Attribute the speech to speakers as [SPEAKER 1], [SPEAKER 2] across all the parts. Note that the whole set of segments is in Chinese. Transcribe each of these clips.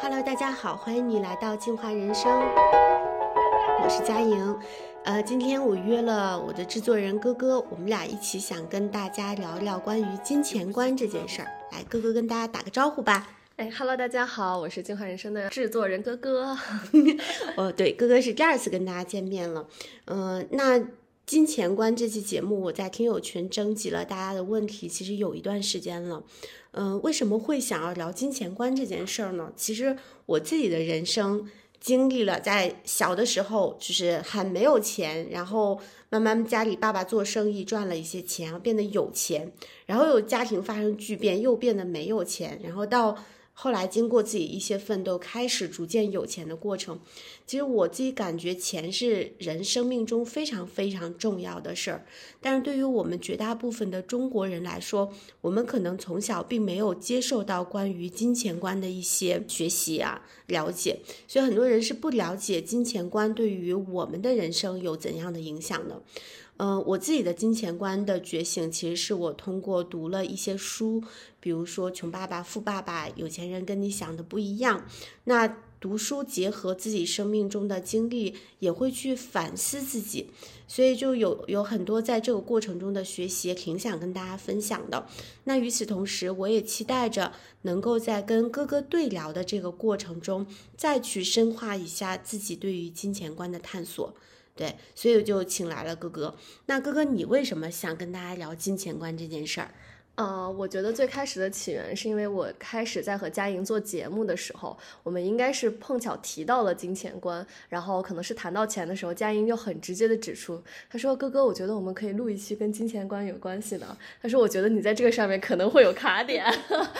[SPEAKER 1] Hello，大家好，欢迎你来到进化人生，我是佳莹。呃，今天我约了我的制作人哥哥，我们俩一起想跟大家聊聊关于金钱观这件事儿。来，哥哥跟大家打个招呼吧。
[SPEAKER 2] 哎，Hello，大家好，我是进化人生的制作人哥哥。
[SPEAKER 1] 哦，对，哥哥是第二次跟大家见面了。嗯、那金钱观这期节目，我在听友群征集了大家的问题，其实有一段时间了。嗯、为什么会想要聊金钱观这件事儿呢？其实我自己的人生经历了，在小的时候就是很没有钱，然后慢慢家里爸爸做生意赚了一些钱，然后变得有钱，然后又家庭发生巨变，又变得没有钱，然后到后来经过自己一些奋斗，开始逐渐有钱的过程。其实我自己感觉钱是人生命中非常非常重要的事儿，但是对于我们绝大部分的中国人来说，我们可能从小并没有接受到关于金钱观的一些学习啊了解，所以很多人是不了解金钱观对于我们的人生有怎样的影响的。嗯，我自己的金钱观的觉醒，其实是我通过读了一些书，比如说《穷爸爸》《富爸爸》，有钱人跟你想的不一样。那读书结合自己生命中的经历，也会去反思自己，所以就有有很多在这个过程中的学习，也挺想跟大家分享的。那与此同时，我也期待着能够在跟哥哥对聊的这个过程中，再去深化一下自己对于金钱观的探索。对，所以我就请来了哥哥。那哥哥，你为什么想跟大家聊金钱观这件事儿？
[SPEAKER 2] 呃，我觉得最开始的起源是因为我开始在和佳莹做节目的时候，我们应该是碰巧提到了金钱观，然后可能是谈到钱的时候，佳莹就很直接的指出，她说：“哥哥，我觉得我们可以录一期跟金钱观有关系的。”她说：“我觉得你在这个上面可能会有卡点。”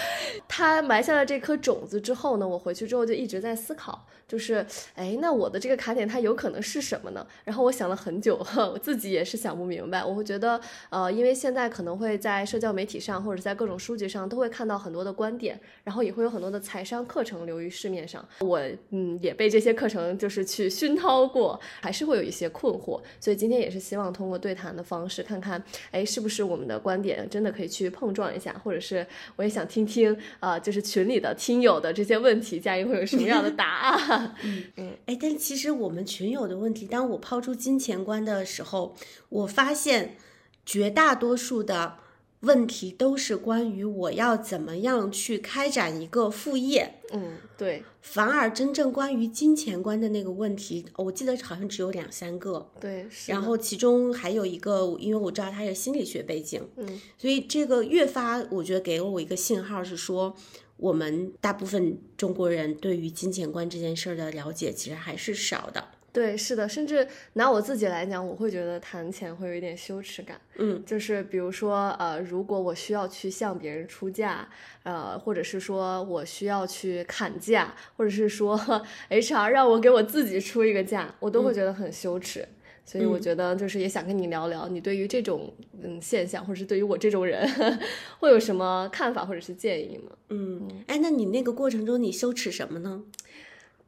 [SPEAKER 2] 她埋下了这颗种子之后呢，我回去之后就一直在思考，就是，哎，那我的这个卡点它有可能是什么呢？然后我想了很久， 我自己也是想不明白。我会觉得，呃，因为现在可能会在社交媒体上或者在各种书籍上都会看到很多的观点，然后也会有很多的财商课程流于市面上。我嗯也被这些课程就是去熏陶过，还是会有一些困惑。所以今天也是希望通过对谈的方式，看看哎是不是我们的观点真的可以去碰撞一下，或者是我也想听听啊、呃就是群里的听友的这些问题，佳莹会有什么样的答案？
[SPEAKER 1] 哎，但其实我们群友的问题，当我抛出金钱观的时候，我发现绝大多数的问题都是关于我要怎么样去开展一个副业，
[SPEAKER 2] 嗯，对
[SPEAKER 1] 反而真正关于金钱观的那个问题，我记得好像只有两三个。
[SPEAKER 2] 对，是
[SPEAKER 1] 然
[SPEAKER 2] 的
[SPEAKER 1] 后其中还有一个，因为我知道他是心理学背景，
[SPEAKER 2] 嗯，
[SPEAKER 1] 所以这个越发我觉得给了我一个信号是说，我们大部分中国人对于金钱观这件事儿的了解其实还是少的。
[SPEAKER 2] 对，是的，甚至拿我自己来讲，我会觉得谈钱会有一点羞耻感。
[SPEAKER 1] 嗯，
[SPEAKER 2] 就是比如说，呃，如果我需要去向别人出价，呃，或者是说我需要去砍价，或者是说 HR 让我给我自己出一个价，我都会觉得很羞耻。所以我
[SPEAKER 1] 嗯
[SPEAKER 2] 觉得就是也想跟你聊聊，你对于这种嗯现象，或者是对于我这种人， 会有什么看法或者是建议吗？
[SPEAKER 1] 嗯，哎，那你那个过程中你羞耻什么呢？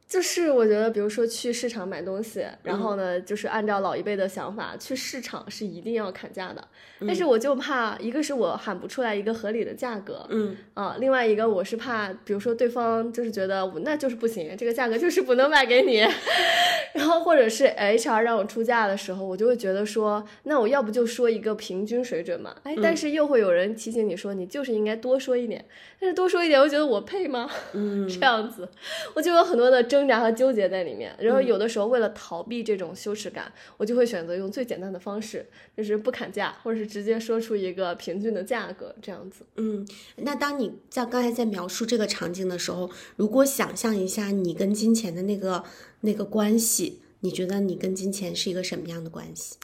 [SPEAKER 2] 就是我觉得，比如说去市场买东西，然
[SPEAKER 1] 嗯
[SPEAKER 2] 后呢，就是按照老一辈的想法，去市场是一定要砍价的。但是我就怕，一个是我喊不出来一个合理的价格，
[SPEAKER 1] 嗯
[SPEAKER 2] 啊，另外一个我是怕，比如说对方就是觉得我那就是不行，这个价格就是不能卖给你， 然后或者是 HR 让我出价的时候，我就会觉得说，那我要不就说一个平均水准嘛，哎，
[SPEAKER 1] 嗯
[SPEAKER 2] 但是又会有人提醒你说，你就是应该多说一点，但是多说一点，我觉得我配吗？
[SPEAKER 1] 嗯
[SPEAKER 2] 这样子，我就有很多的挣扎和纠结在里面。然后有的时候为了逃避这种羞耻感，我就会选择用最简单的方式，就是不砍价，或者是直接说出一个平均的价格这样子。
[SPEAKER 1] 嗯，那当你在刚才在描述这个场景的时候，如果想象一下你跟金钱的那个那个关系，你觉得你跟金钱是一个什么样的关系？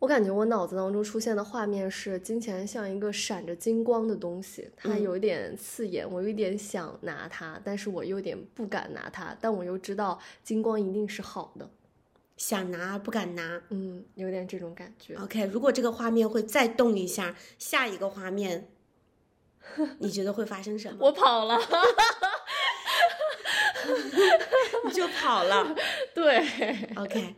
[SPEAKER 2] 我感觉我脑子当中出现的画面是，金钱像一个闪着金光的东西，它
[SPEAKER 1] 嗯
[SPEAKER 2] 有一点刺眼，我有一点想拿它，但是我又有点不敢拿它，但我又知道金光一定是好的，
[SPEAKER 1] 想拿而不敢拿。
[SPEAKER 2] 嗯，有点这种感觉。
[SPEAKER 1] OK，如果这个画面会再动一下，下一个画面， 你觉得会发生什么？
[SPEAKER 2] 我跑了，
[SPEAKER 1] 我就跑了。
[SPEAKER 2] 对，
[SPEAKER 1] OK，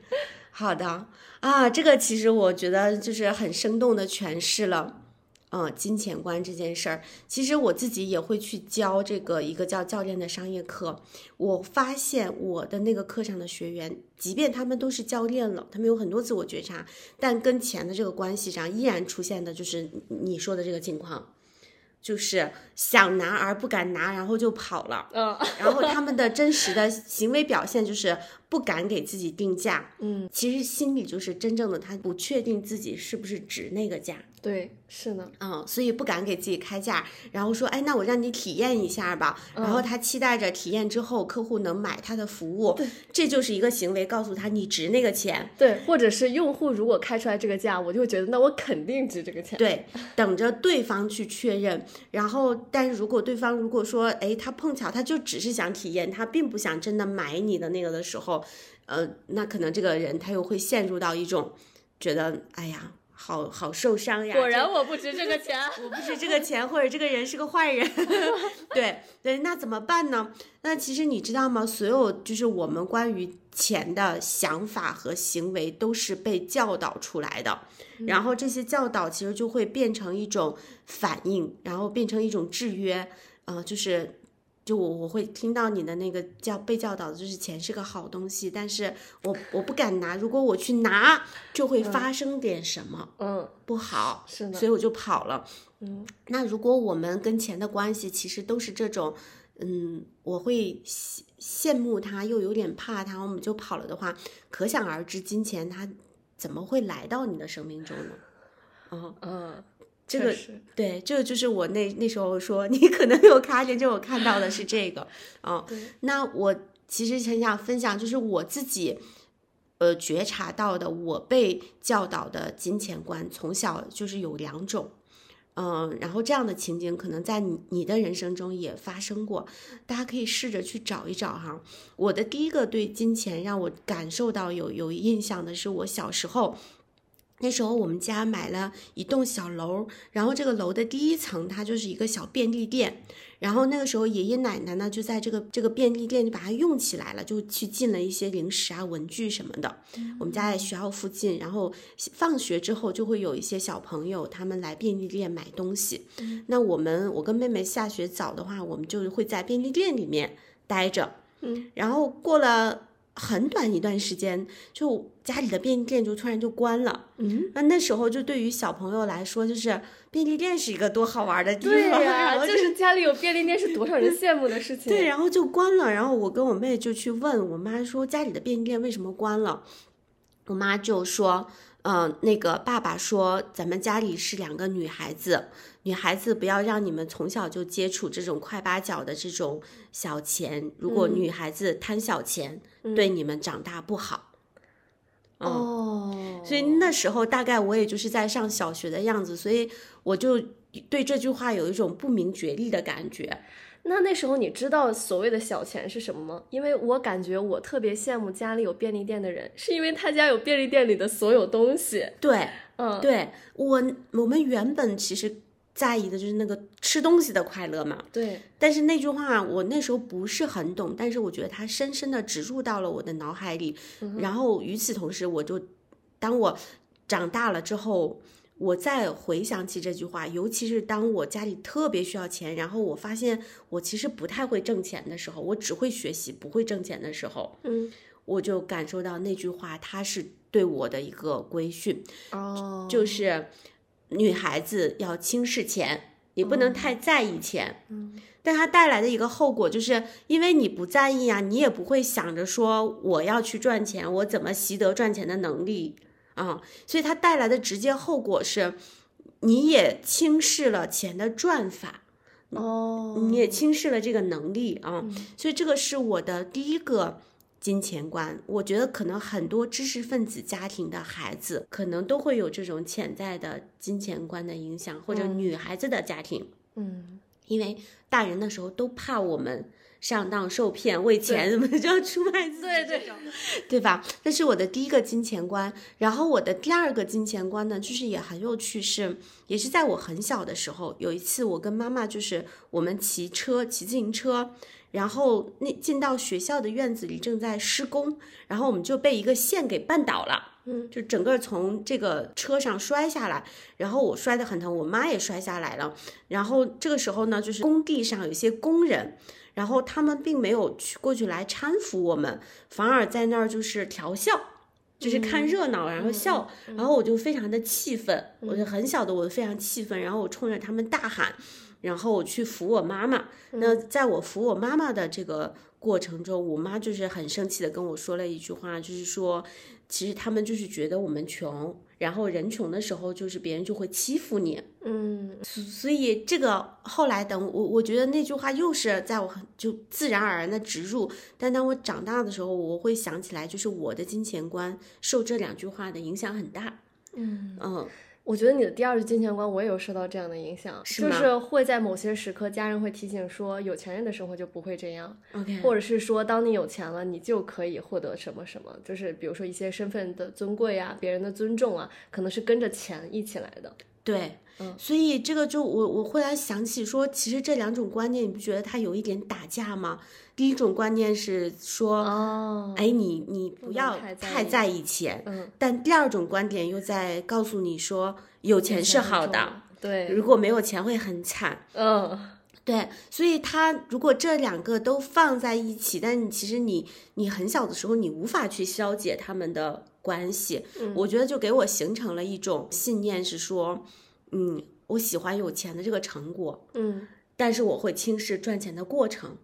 [SPEAKER 1] 好的啊，这个其实我觉得就是很生动的诠释了呃金钱观这件事儿。其实我自己也会去教这个一个叫教练的商业课，我发现我的那个课上的学员，即便他们都是教练了，他们有很多自我觉察，但跟钱的这个关系上依然出现的就是你说的这个情况。就是想拿而不敢拿，然后就跑了。
[SPEAKER 2] 嗯，
[SPEAKER 1] 然后他们的真实的行为表现就是不敢给自己定价。
[SPEAKER 2] 嗯，
[SPEAKER 1] 其实心里就是真正的他不确定自己是不是值那个价。
[SPEAKER 2] 对，是呢，
[SPEAKER 1] 嗯，所以不敢给自己开价，然后说，哎，那我让你体验一下吧。然后他期待着体验之后客户能买他的服务，这就是一个行为，告诉他你值那个钱。
[SPEAKER 2] 对，或者是用户如果开出来这个价，我就会觉得那我肯定值这个钱。
[SPEAKER 1] 对，等着对方去确认。然后，但如果对方如果说，哎，他碰巧他就只是想体验，他并不想真的买你的那个的时候，呃，那可能这个人他又会陷入到一种觉得，哎呀，好好受伤呀。
[SPEAKER 2] 果然我不值这个 钱。
[SPEAKER 1] 我不值这个钱，或者这个人是个坏人， 对对，那怎么办呢？那其实你知道吗？所有就是我们关于钱的想法和行为都是被教导出来的，然后这些教导其实就会变成一种反应，然后变成一种制约，呃，就是。就我我会听到你的那个教被教导的就是钱是个好东西，但是我我不敢拿，如果我去拿，就会发生点什么。
[SPEAKER 2] 嗯，
[SPEAKER 1] 不好，
[SPEAKER 2] 是的
[SPEAKER 1] 所以我就跑了。
[SPEAKER 2] 嗯，
[SPEAKER 1] 那如果我们跟钱的关系其实都是这种，嗯，我会羡羡慕他，又有点怕他，我们就跑了的话，可想而知，金钱它怎么会来到你的生命中呢？哦，
[SPEAKER 2] 嗯，
[SPEAKER 1] 这个
[SPEAKER 2] 确实
[SPEAKER 1] 对，这个就是我那那时候说 你可能没有看见，就我看到的是这个，哦
[SPEAKER 2] 对，
[SPEAKER 1] 那我其实很想分享，就是我自己，呃，觉察到的，我被教导的金钱观，从小就是有两种，嗯、然后这样的情景可能在你你的人生中也发生过，大家可以试着去找一找哈。我的第一个对金钱让我感受到有有印象的是，我小时候。那时候我们家买了一栋小楼，然后这个楼的第一层它就是一个小便利店，然后那个时候爷爷奶奶呢就在这个这个便利店就把它用起来了，就去进了一些零食啊、文具什么的。我们家在学校附近，然后放学之后就会有一些小朋友他们来便利店买东西。那我们我跟妹妹下学早的话，我们就会在便利店里面待着。
[SPEAKER 2] 嗯，
[SPEAKER 1] 然后过了很短一段时间，就家里的便利店就突然就关了。
[SPEAKER 2] 嗯，
[SPEAKER 1] 那那时候就对于小朋友来说，就是便利店是一个多好玩的地方，
[SPEAKER 2] 对呀、
[SPEAKER 1] 然后
[SPEAKER 2] 就是家里有便利店是多少人羡慕的事情。
[SPEAKER 1] 对，然后就关了。然后我跟我妹就去问我妈说家里的便利店为什么关了，我妈就说，嗯、那个爸爸说咱们家里是两个女孩子，女孩子不要让你们从小就接触这种快八角的这种小钱，如果
[SPEAKER 2] 嗯
[SPEAKER 1] 女孩子贪小钱，
[SPEAKER 2] 嗯
[SPEAKER 1] 对你们长大不好。嗯
[SPEAKER 2] 哦，
[SPEAKER 1] 所以那时候大概我也就是在上小学的样子，所以我就对这句话有一种不明觉厉的感觉。
[SPEAKER 2] 那那时候你知道所谓的小钱是什么吗？因为我感觉我特别羡慕家里有便利店的人，是因为他家有便利店里的所有东西。
[SPEAKER 1] 对，
[SPEAKER 2] 嗯，
[SPEAKER 1] 对我我们原本其实在意的就是那个吃东西的快乐嘛，
[SPEAKER 2] 对，
[SPEAKER 1] 但是那句话我那时候不是很懂，但是我觉得它深深的植入到了我的脑海里。然后与此同时，我就当我长大了之后，我再回想起这句话，尤其是当我家里特别需要钱，然后我发现我其实不太会挣钱的时候，我只会学习不会挣钱的时候，
[SPEAKER 2] 嗯，
[SPEAKER 1] 我就感受到那句话它是对我的一个规训。
[SPEAKER 2] 哦，
[SPEAKER 1] 就是女孩子要轻视钱，你不能太在意钱。
[SPEAKER 2] 哦嗯
[SPEAKER 1] 但它带来的一个后果，就是因为你不在意啊，你也不会想着说我要去赚钱，我怎么习得赚钱的能力啊、所以它带来的直接后果是，你也轻视了钱的赚法，
[SPEAKER 2] 哦，
[SPEAKER 1] 你也轻视了这个能力啊。
[SPEAKER 2] 嗯
[SPEAKER 1] 所以这个是我的第一个金钱观。我觉得可能很多知识分子家庭的孩子，可能都会有这种潜在的金钱观的影响，或者
[SPEAKER 2] 嗯
[SPEAKER 1] 女孩子的家庭，
[SPEAKER 2] 嗯，
[SPEAKER 1] 因为大人的时候都怕我们。上当受骗，为 钱怎么就要出卖自己？
[SPEAKER 2] 对对，
[SPEAKER 1] 对吧？那是我的第一个金钱观，然后我的第二个金钱观呢，就是也很有趣是，也是在我很小的时候，有一次我跟妈妈就是我们骑车骑自行车，然后那进到学校的院子里正在施工，然后我们就被一个线给绊倒了。嗯，就整个从这个车上摔下来，然后我摔得很疼，我妈也摔下来了。然后这个时候呢，就是工地上有一些工人，然后他们并没有去过去来搀扶我们，反而在那儿就是调笑。就是看热闹，然后笑，然后我就非常的气愤，我就很小的我就非常气愤，然后我冲着他们大喊，然后我去扶我妈妈。那在我扶我妈妈的这个过程中，我妈就是很生气的跟我说了一句话，就是说，其实他们就是觉得我们穷，然后人穷的时候就是别人就会欺负你，
[SPEAKER 2] 嗯，
[SPEAKER 1] 所以这个后来等我，我觉得那句话又是在我很就自然而然的植入。但当我长大的时候，我会想起来，就是我的金钱观受这两句话的影响很大。
[SPEAKER 2] 嗯
[SPEAKER 1] 嗯，
[SPEAKER 2] 我觉得你的第二句金钱观，我也有受到这样的影响，
[SPEAKER 1] 是
[SPEAKER 2] 就
[SPEAKER 1] 吗
[SPEAKER 2] 是会在某些时刻，家人会提醒说，有钱人的生活就不会这样，
[SPEAKER 1] ，OK，
[SPEAKER 2] 或者是说，当你有钱了，你就可以获得什么什么，就是比如说一些身份的尊贵啊，别人的尊重啊，可能是跟着钱一起来的。
[SPEAKER 1] 对，
[SPEAKER 2] 嗯
[SPEAKER 1] 所以这个就我我忽然想起说，其实这两种观念，你不觉得它有一点打架吗？第一种观念是说，
[SPEAKER 2] 哦，
[SPEAKER 1] 哎，你你不
[SPEAKER 2] 能
[SPEAKER 1] 要
[SPEAKER 2] 太在
[SPEAKER 1] 太
[SPEAKER 2] 意
[SPEAKER 1] 在意钱，
[SPEAKER 2] 嗯，
[SPEAKER 1] 但第二种观点又在告诉你说，有钱是好
[SPEAKER 2] 很重
[SPEAKER 1] 的
[SPEAKER 2] 要，，对，
[SPEAKER 1] 如果没有钱会很惨。
[SPEAKER 2] 嗯，
[SPEAKER 1] 对，所以它如果这两个都放在一起，但你其实你你很小的时候，你无法去消解他们的关系。我觉得就给我形成了一种信念，是说，嗯，我喜欢有钱的这个成果，
[SPEAKER 2] 嗯。
[SPEAKER 1] 但是我会轻视赚钱的过程。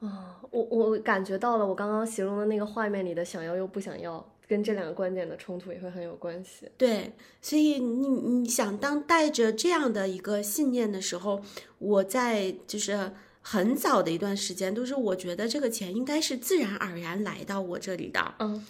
[SPEAKER 2] 啊，我我感觉到了，我刚刚形容的那个画面里的想要又不想要，跟这两个观点的冲突也会很有关系。
[SPEAKER 1] 对，所以你你想，当带着这样的一个信念的时候，我在就是很早的一段时间，都是我觉得这个钱应该是自然而然来到我这里的，
[SPEAKER 2] 嗯，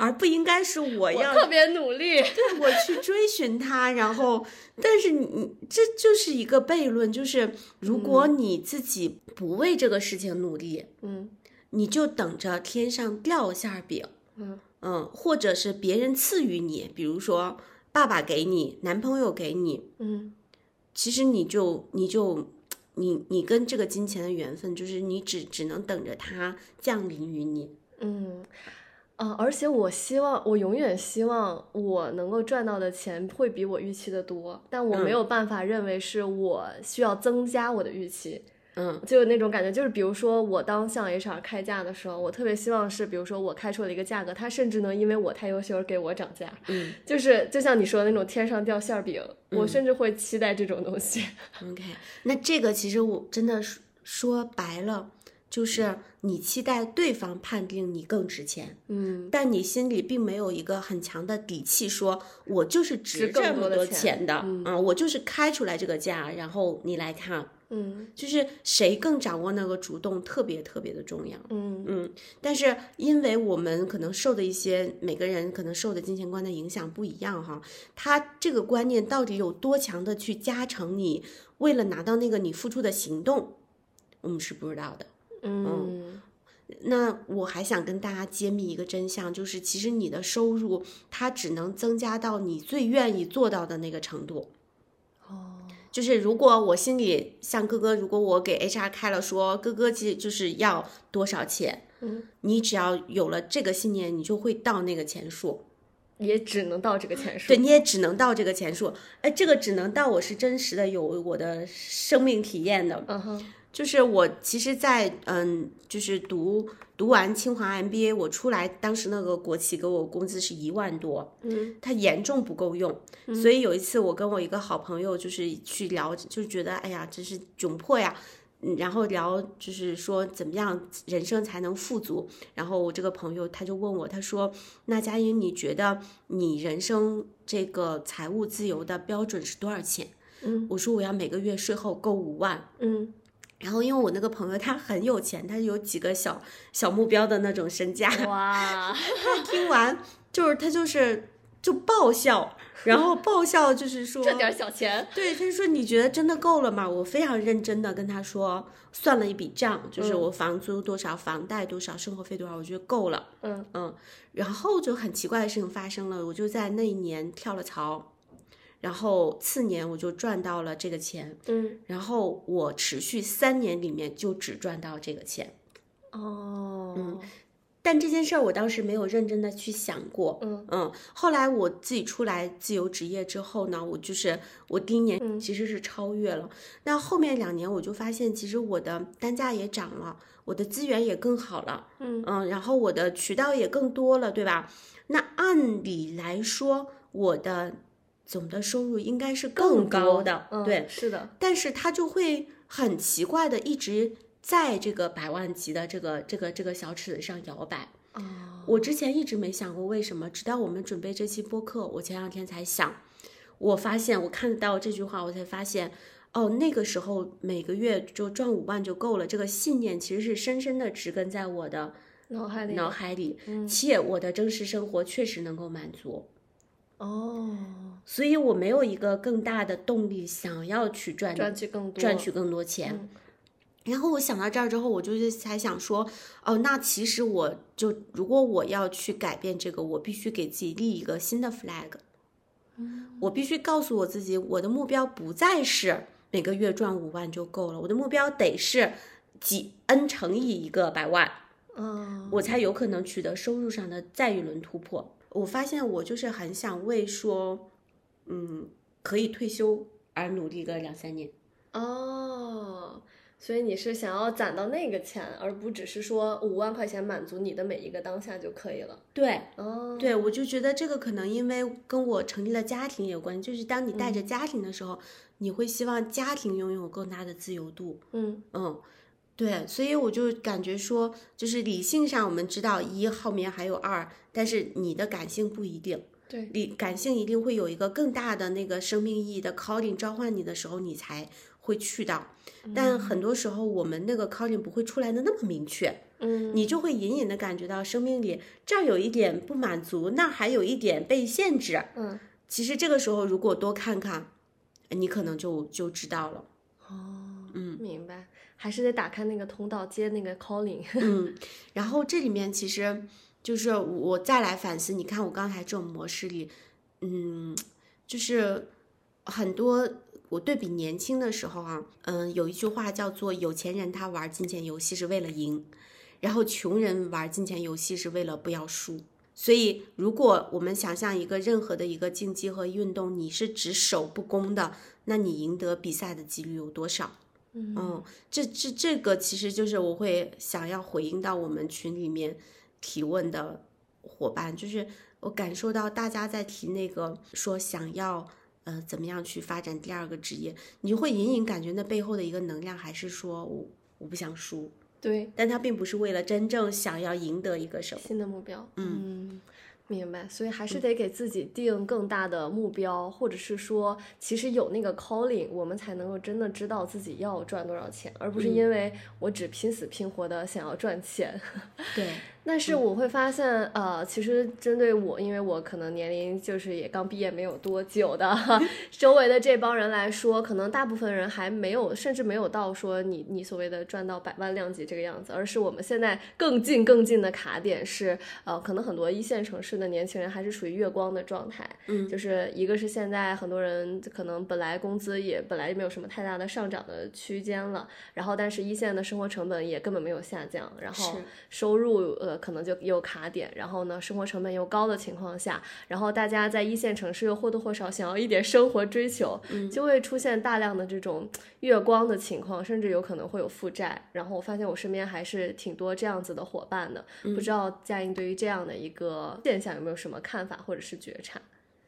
[SPEAKER 1] 而不应该是我
[SPEAKER 2] 我
[SPEAKER 1] 要
[SPEAKER 2] 特别努力。
[SPEAKER 1] 我去追寻他，然后，但是你你这就是一个悖论，就是如果你自己不为这个事情努力，
[SPEAKER 2] 嗯
[SPEAKER 1] 你就等着天上掉馅儿饼，
[SPEAKER 2] 嗯
[SPEAKER 1] 嗯，或者是别人赐予你，比如说爸爸给你，男朋友给你，
[SPEAKER 2] 嗯
[SPEAKER 1] 其实你就你就你你跟这个金钱的缘分，就是你只只能等着它降临于你。
[SPEAKER 2] 嗯，啊，而且我希望，我永远希望我能够赚到的钱会比我预期的多，但我没
[SPEAKER 1] 嗯
[SPEAKER 2] 有办法认为是我需要增加我的预期。
[SPEAKER 1] 嗯
[SPEAKER 2] 就有那种感觉，就是比如说我当向 HR 开价的时候，我特别希望是，比如说我开出了一个价格，他甚至能因为我太优秀而给我涨价，
[SPEAKER 1] 嗯
[SPEAKER 2] 就是就像你说的那种天上掉馅儿饼，我
[SPEAKER 1] 嗯
[SPEAKER 2] 甚至会期待这种东西。
[SPEAKER 1] OK，那这个其实我真的说说白了，就是你期待对方判定你更值钱，
[SPEAKER 2] 嗯，
[SPEAKER 1] 但你心里并没有一个很强的底气说，我就是值
[SPEAKER 2] 值更
[SPEAKER 1] 这
[SPEAKER 2] 多
[SPEAKER 1] 么
[SPEAKER 2] 的
[SPEAKER 1] 多
[SPEAKER 2] 钱
[SPEAKER 1] 钱的，
[SPEAKER 2] 嗯
[SPEAKER 1] 啊，我就是开出来这个价，然后你来看，
[SPEAKER 2] 嗯
[SPEAKER 1] 就是谁更掌握那个主动，特别特别的重要。
[SPEAKER 2] 嗯
[SPEAKER 1] 嗯，但是因为我们可能受的一些每个人可能受的金钱观的影响不一样哈，他这个观念到底有多强的去加成你为了拿到那个你付出的行动，我们是不知道的。
[SPEAKER 2] 嗯
[SPEAKER 1] 那我还想跟大家揭秘一个真相，就是其实你的收入它只能增加到你最愿意做到的那个程度。
[SPEAKER 2] 哦
[SPEAKER 1] 就是如果我心里像哥哥，如果我给 HR 开了说，哥哥其实就是要多少钱，
[SPEAKER 2] 嗯，
[SPEAKER 1] 你只要有了这个信念，你就会到那个钱数，
[SPEAKER 2] 也只能到这个钱数。
[SPEAKER 1] 对，你也只能到这个钱数。哎，这个只能到我是真实的有我的生命体验的，
[SPEAKER 2] 嗯哼，
[SPEAKER 1] 就是我其实在，嗯，就是读读完清华 MBA，我出来当时那个国企给我工资是一万多，
[SPEAKER 2] 嗯
[SPEAKER 1] 它严重不够用，所以有一次我跟我一个好朋友就是去聊，就觉得哎呀，真是窘迫呀。嗯然后聊就是说怎么样人生才能富足。然后我这个朋友他就问我，他说：“那佳音，你觉得你人生这个财务自由的标准是多少钱？”
[SPEAKER 2] 嗯
[SPEAKER 1] 我说我要每个月税后够五万。
[SPEAKER 2] 嗯
[SPEAKER 1] 然后因为我那个朋友他很有钱，他有几个小小目标的那种身价，
[SPEAKER 2] 哇，。
[SPEAKER 1] 听完就是他就是就爆笑，然后爆笑就是说
[SPEAKER 2] 这点儿小钱，
[SPEAKER 1] 对，他就说你觉得真的够了吗？我非常认真的跟他说，算了一笔账，就是
[SPEAKER 2] 嗯
[SPEAKER 1] 我房租多少，房贷多少，生活费多少，我觉得够了。
[SPEAKER 2] 嗯
[SPEAKER 1] 嗯，然后就很奇怪的事情发生了，我就在那一年跳了槽，然后次年我就赚到了这个钱，
[SPEAKER 2] 嗯
[SPEAKER 1] 然后我持续三年里面就只赚到这个钱。
[SPEAKER 2] 哦，
[SPEAKER 1] 但这件事儿我当时没有认真的去想过，
[SPEAKER 2] 嗯
[SPEAKER 1] 后来我自己出来自由职业之后呢，我就是我第一年
[SPEAKER 2] 嗯
[SPEAKER 1] 其实是超越了，那后面两年我就发现，其实我的单价也涨了，我的资源也更好了，
[SPEAKER 2] 嗯
[SPEAKER 1] 嗯，然后我的渠道也更多了，对吧？那按理来说，我的总的收入应该是更高
[SPEAKER 2] 多
[SPEAKER 1] 的，
[SPEAKER 2] 嗯
[SPEAKER 1] 对，
[SPEAKER 2] 是的，
[SPEAKER 1] 但是它就会很奇怪的一直在这个百万级的这个这个这个小尺子上摇摆。
[SPEAKER 2] 哦，
[SPEAKER 1] 我之前一直没想过为什么，直到我们准备这期播客，我前两天才想，我发现我看到这句话，我才发现，哦，那个时候每个月就赚五万就够了，这个信念其实是深深的植根在我的
[SPEAKER 2] 脑海里
[SPEAKER 1] 脑
[SPEAKER 2] 的
[SPEAKER 1] 海里，
[SPEAKER 2] 嗯
[SPEAKER 1] 且我的真实生活确实能够满足，
[SPEAKER 2] 哦，
[SPEAKER 1] 所以我没有一个更大的动力想要去赚
[SPEAKER 2] 赚取更多，
[SPEAKER 1] 赚取更多钱。
[SPEAKER 2] 嗯
[SPEAKER 1] 然后我想到这儿之后，我就是才想说，哦，那其实我就如果我要去改变这个，我必须给自己立一个新的 flag，
[SPEAKER 2] 嗯
[SPEAKER 1] 我必须告诉我自己，我的目标不再是每个月赚五万就够了，我的目标得是几 n 乘以一个百万，
[SPEAKER 2] 嗯，
[SPEAKER 1] 我才有可能取得收入上的再一轮突破。我发现我就是很想为说，嗯，可以退休而努力个两三年。
[SPEAKER 2] 哦，所以你是想要攒到那个钱，而不只是说五万块钱满足你的每一个当下就可以了。
[SPEAKER 1] 对，
[SPEAKER 2] 哦，
[SPEAKER 1] 对，我就觉得这个可能因为跟我成立了家庭也有关系，就是当你带
[SPEAKER 2] 嗯
[SPEAKER 1] 着家庭的时候，你会希望家庭拥有更大的自由度。
[SPEAKER 2] 嗯
[SPEAKER 1] 嗯，对，所以我就感觉说，就是理性上我们知道一后面还有二，但是你的感性不一定，
[SPEAKER 2] 对，
[SPEAKER 1] 理感性一定会有一个更大的那个生命意义的 calling 召唤你的时候，你才会去到。
[SPEAKER 2] 嗯
[SPEAKER 1] 但很多时候我们那个 calling 不会出来的那么明确。
[SPEAKER 2] 嗯，
[SPEAKER 1] 你就会隐隐的感觉到生命里这儿有一点不满足，那儿还有一点被限制。
[SPEAKER 2] 嗯
[SPEAKER 1] 其实这个时候如果多看看，你可能就就知道了。
[SPEAKER 2] 哦，
[SPEAKER 1] 嗯
[SPEAKER 2] 明白，还是得打开那个通道接那个 calling。
[SPEAKER 1] 嗯，然后这里面其实就是我再来反思，你看我刚才这种模式里，嗯，就是很多我对比年轻的时候啊，嗯，有一句话叫做有钱人他玩金钱游戏是为了赢，然后穷人玩金钱游戏是为了不要输。所以，如果我们想象一个任何的一个竞技和运动，你是只守不攻的，那你赢得比赛的几率有多少？
[SPEAKER 2] 嗯
[SPEAKER 1] 嗯，这这这个其实就是我会想要回应到我们群里面提问的伙伴，就是我感受到大家在提那个说想要呃怎么样去发展第二个职业，你就会隐隐感觉那背后的一个能量还是说我我不想输，
[SPEAKER 2] 对，
[SPEAKER 1] 但他并不是为了真正想要赢得一个什么。
[SPEAKER 2] 新的目标。
[SPEAKER 1] 嗯
[SPEAKER 2] 嗯。明白，所以还是得给自己定更大的目标，或者是说，其实有那个 calling，我们才能够真的知道自己要赚多少钱，而不是
[SPEAKER 1] 嗯
[SPEAKER 2] 因为我只拼死拼活的想要赚钱。
[SPEAKER 1] 对，
[SPEAKER 2] 但是我会发现，呃，其实针对我，因为我可能年龄就是也刚毕业没有多久的， 周围的这帮人来说，可能大部分人还没有，甚至没有到说你你所谓的赚到百万量级这个样子，而是我们现在更近更近的卡点是，呃，可能很多一线城市的年轻人还是处于月光的状态，
[SPEAKER 1] 嗯
[SPEAKER 2] 就是一个是现在很多人可能本来工资也本来就没有什么太大的上涨的区间了，然后但是一线的生活成本也根本没有下降，然后
[SPEAKER 1] 是
[SPEAKER 2] 收入呃可能就有卡点，然后呢生活成本又高的情况下，然后大家在一线城市又或多或少想要一点生活追求，
[SPEAKER 1] 嗯
[SPEAKER 2] 就会出现大量的这种月光的情况，甚至有可能会有负债。然后我发现我身边还是挺多这样子的伙伴的，
[SPEAKER 1] 嗯
[SPEAKER 2] 不知道佳音对于这样的一个现象有没有什么看法或者是觉察？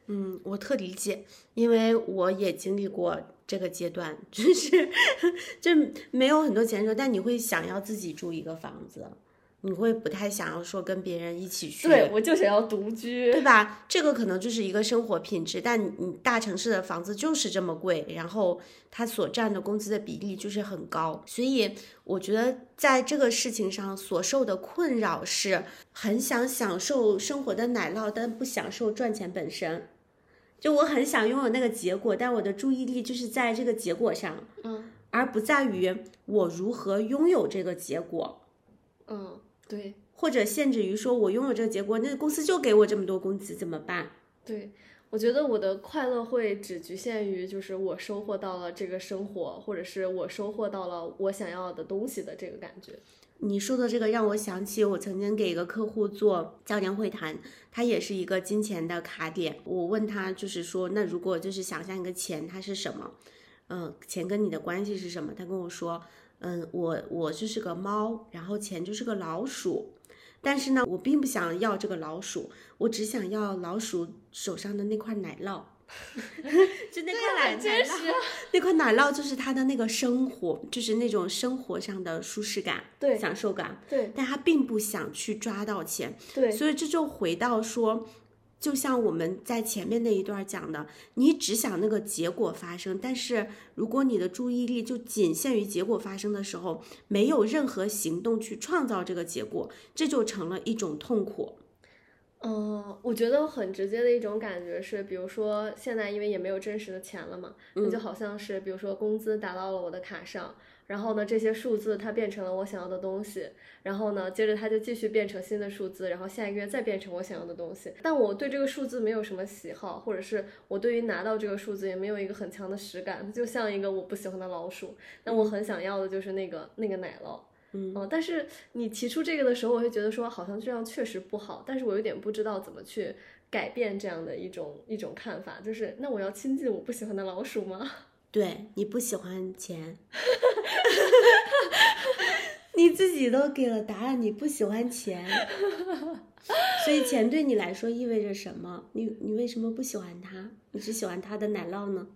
[SPEAKER 1] 嗯，我特理解，因为我也经历过这个阶段，就是 就没有很多钱的时候，但你会想要自己住一个房子，你会不太想要说跟别人一起去，
[SPEAKER 2] 对我就想要独
[SPEAKER 1] 对
[SPEAKER 2] 居，
[SPEAKER 1] 吧？这个可能就是一个生活品质，但你大城市的房子就是这么贵，然后它所占的工资的比例就是很高，所以我觉得在这个事情上所受的困扰是很想享受生活的奶酪，但不享受赚钱本身。就我很想拥有那个结果，但我的注意力就是在这个结果上，
[SPEAKER 2] 嗯
[SPEAKER 1] 而不在于我如何拥有这个结果，
[SPEAKER 2] 嗯，对。
[SPEAKER 1] 或者限制于说我拥有这个结果，那公司就给我这么多工资怎么办？
[SPEAKER 2] 对，我觉得我的快乐会只局限于就是我收获到了这个生活，或者是我收获到了我想要的东西的这个感觉。
[SPEAKER 1] 你说的这个让我想起我曾经给一个客户做教练会谈，他也是一个金钱的卡点。我问他就是说，那如果就是想象一个钱，它是什么？嗯，钱跟你的关系是什么？他跟我说，嗯，我我就是个猫，然后钱就是个老鼠。但是呢，我并不想要这个老鼠，我只想要老鼠手上的那块奶酪。 就那块奶奶
[SPEAKER 2] 对很真
[SPEAKER 1] 酪
[SPEAKER 2] 实，
[SPEAKER 1] 那块奶酪就是他的那个生活，就是那种生活上的舒适感、
[SPEAKER 2] 对
[SPEAKER 1] 享受感，
[SPEAKER 2] 对
[SPEAKER 1] 但他并不想去抓到钱，
[SPEAKER 2] 对
[SPEAKER 1] 所以这就回到说，就像我们在前面那一段讲的，你只想那个结果发生，但是如果你的注意力就仅限于结果发生的时候，没有任何行动去创造这个结果，这就成了一种痛苦。
[SPEAKER 2] 嗯、我觉得很直接的一种感觉是，比如说现在因为也没有真实的钱了嘛，那就好像是比如说工资打到了我的卡上，然后呢这些数字它变成了我想要的东西，然后呢接着它就继续变成新的数字，然后下一个月再变成我想要的东西。但我对这个数字没有什么喜好，或者是我对于拿到这个数字也没有一个很强的实感，就像一个我不喜欢的老鼠，但我很想要的就是那个那个奶酪。嗯，但是你提出这个的时候，我会觉得说好像这样确实不好，但是我有点不知道怎么去改变这样的一种一种看法，就是那我要亲近我不喜欢的老鼠吗？
[SPEAKER 1] 对你不喜欢钱，你自己都给了答案，你不喜欢钱，所以钱对你来说意味着什么？你你为什么不喜欢它？你只喜欢它的奶酪呢？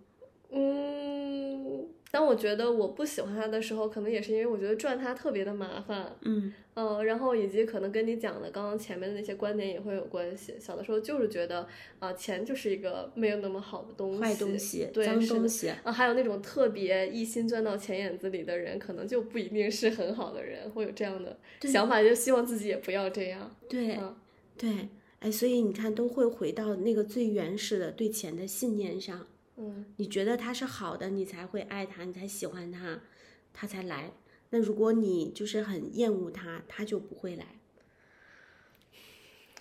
[SPEAKER 2] 嗯，当我觉得我不喜欢它的时候，可能也是因为我觉得赚它特别的麻烦，
[SPEAKER 1] 嗯
[SPEAKER 2] 嗯，然后以及可能跟你讲的刚刚前面的那些观点也会有关系。小的时候就是觉得啊、钱就是一个没有那么好的东西，
[SPEAKER 1] 坏东西、
[SPEAKER 2] 对，
[SPEAKER 1] 脏
[SPEAKER 2] 是的
[SPEAKER 1] 东西，
[SPEAKER 2] 啊，还有那种特别一心钻到钱眼子里的人，可能就不一定是很好的人，会有这样的
[SPEAKER 1] 对
[SPEAKER 2] 想法，就希望自己也不要这样。
[SPEAKER 1] 对、
[SPEAKER 2] 嗯
[SPEAKER 1] 对，哎，所以你看，都会回到那个最原始的对钱的信念上。
[SPEAKER 2] 嗯，
[SPEAKER 1] 你觉得它是好的，你才会爱它，你才喜欢它，它才来。那如果你就是很厌恶它，它就不会来。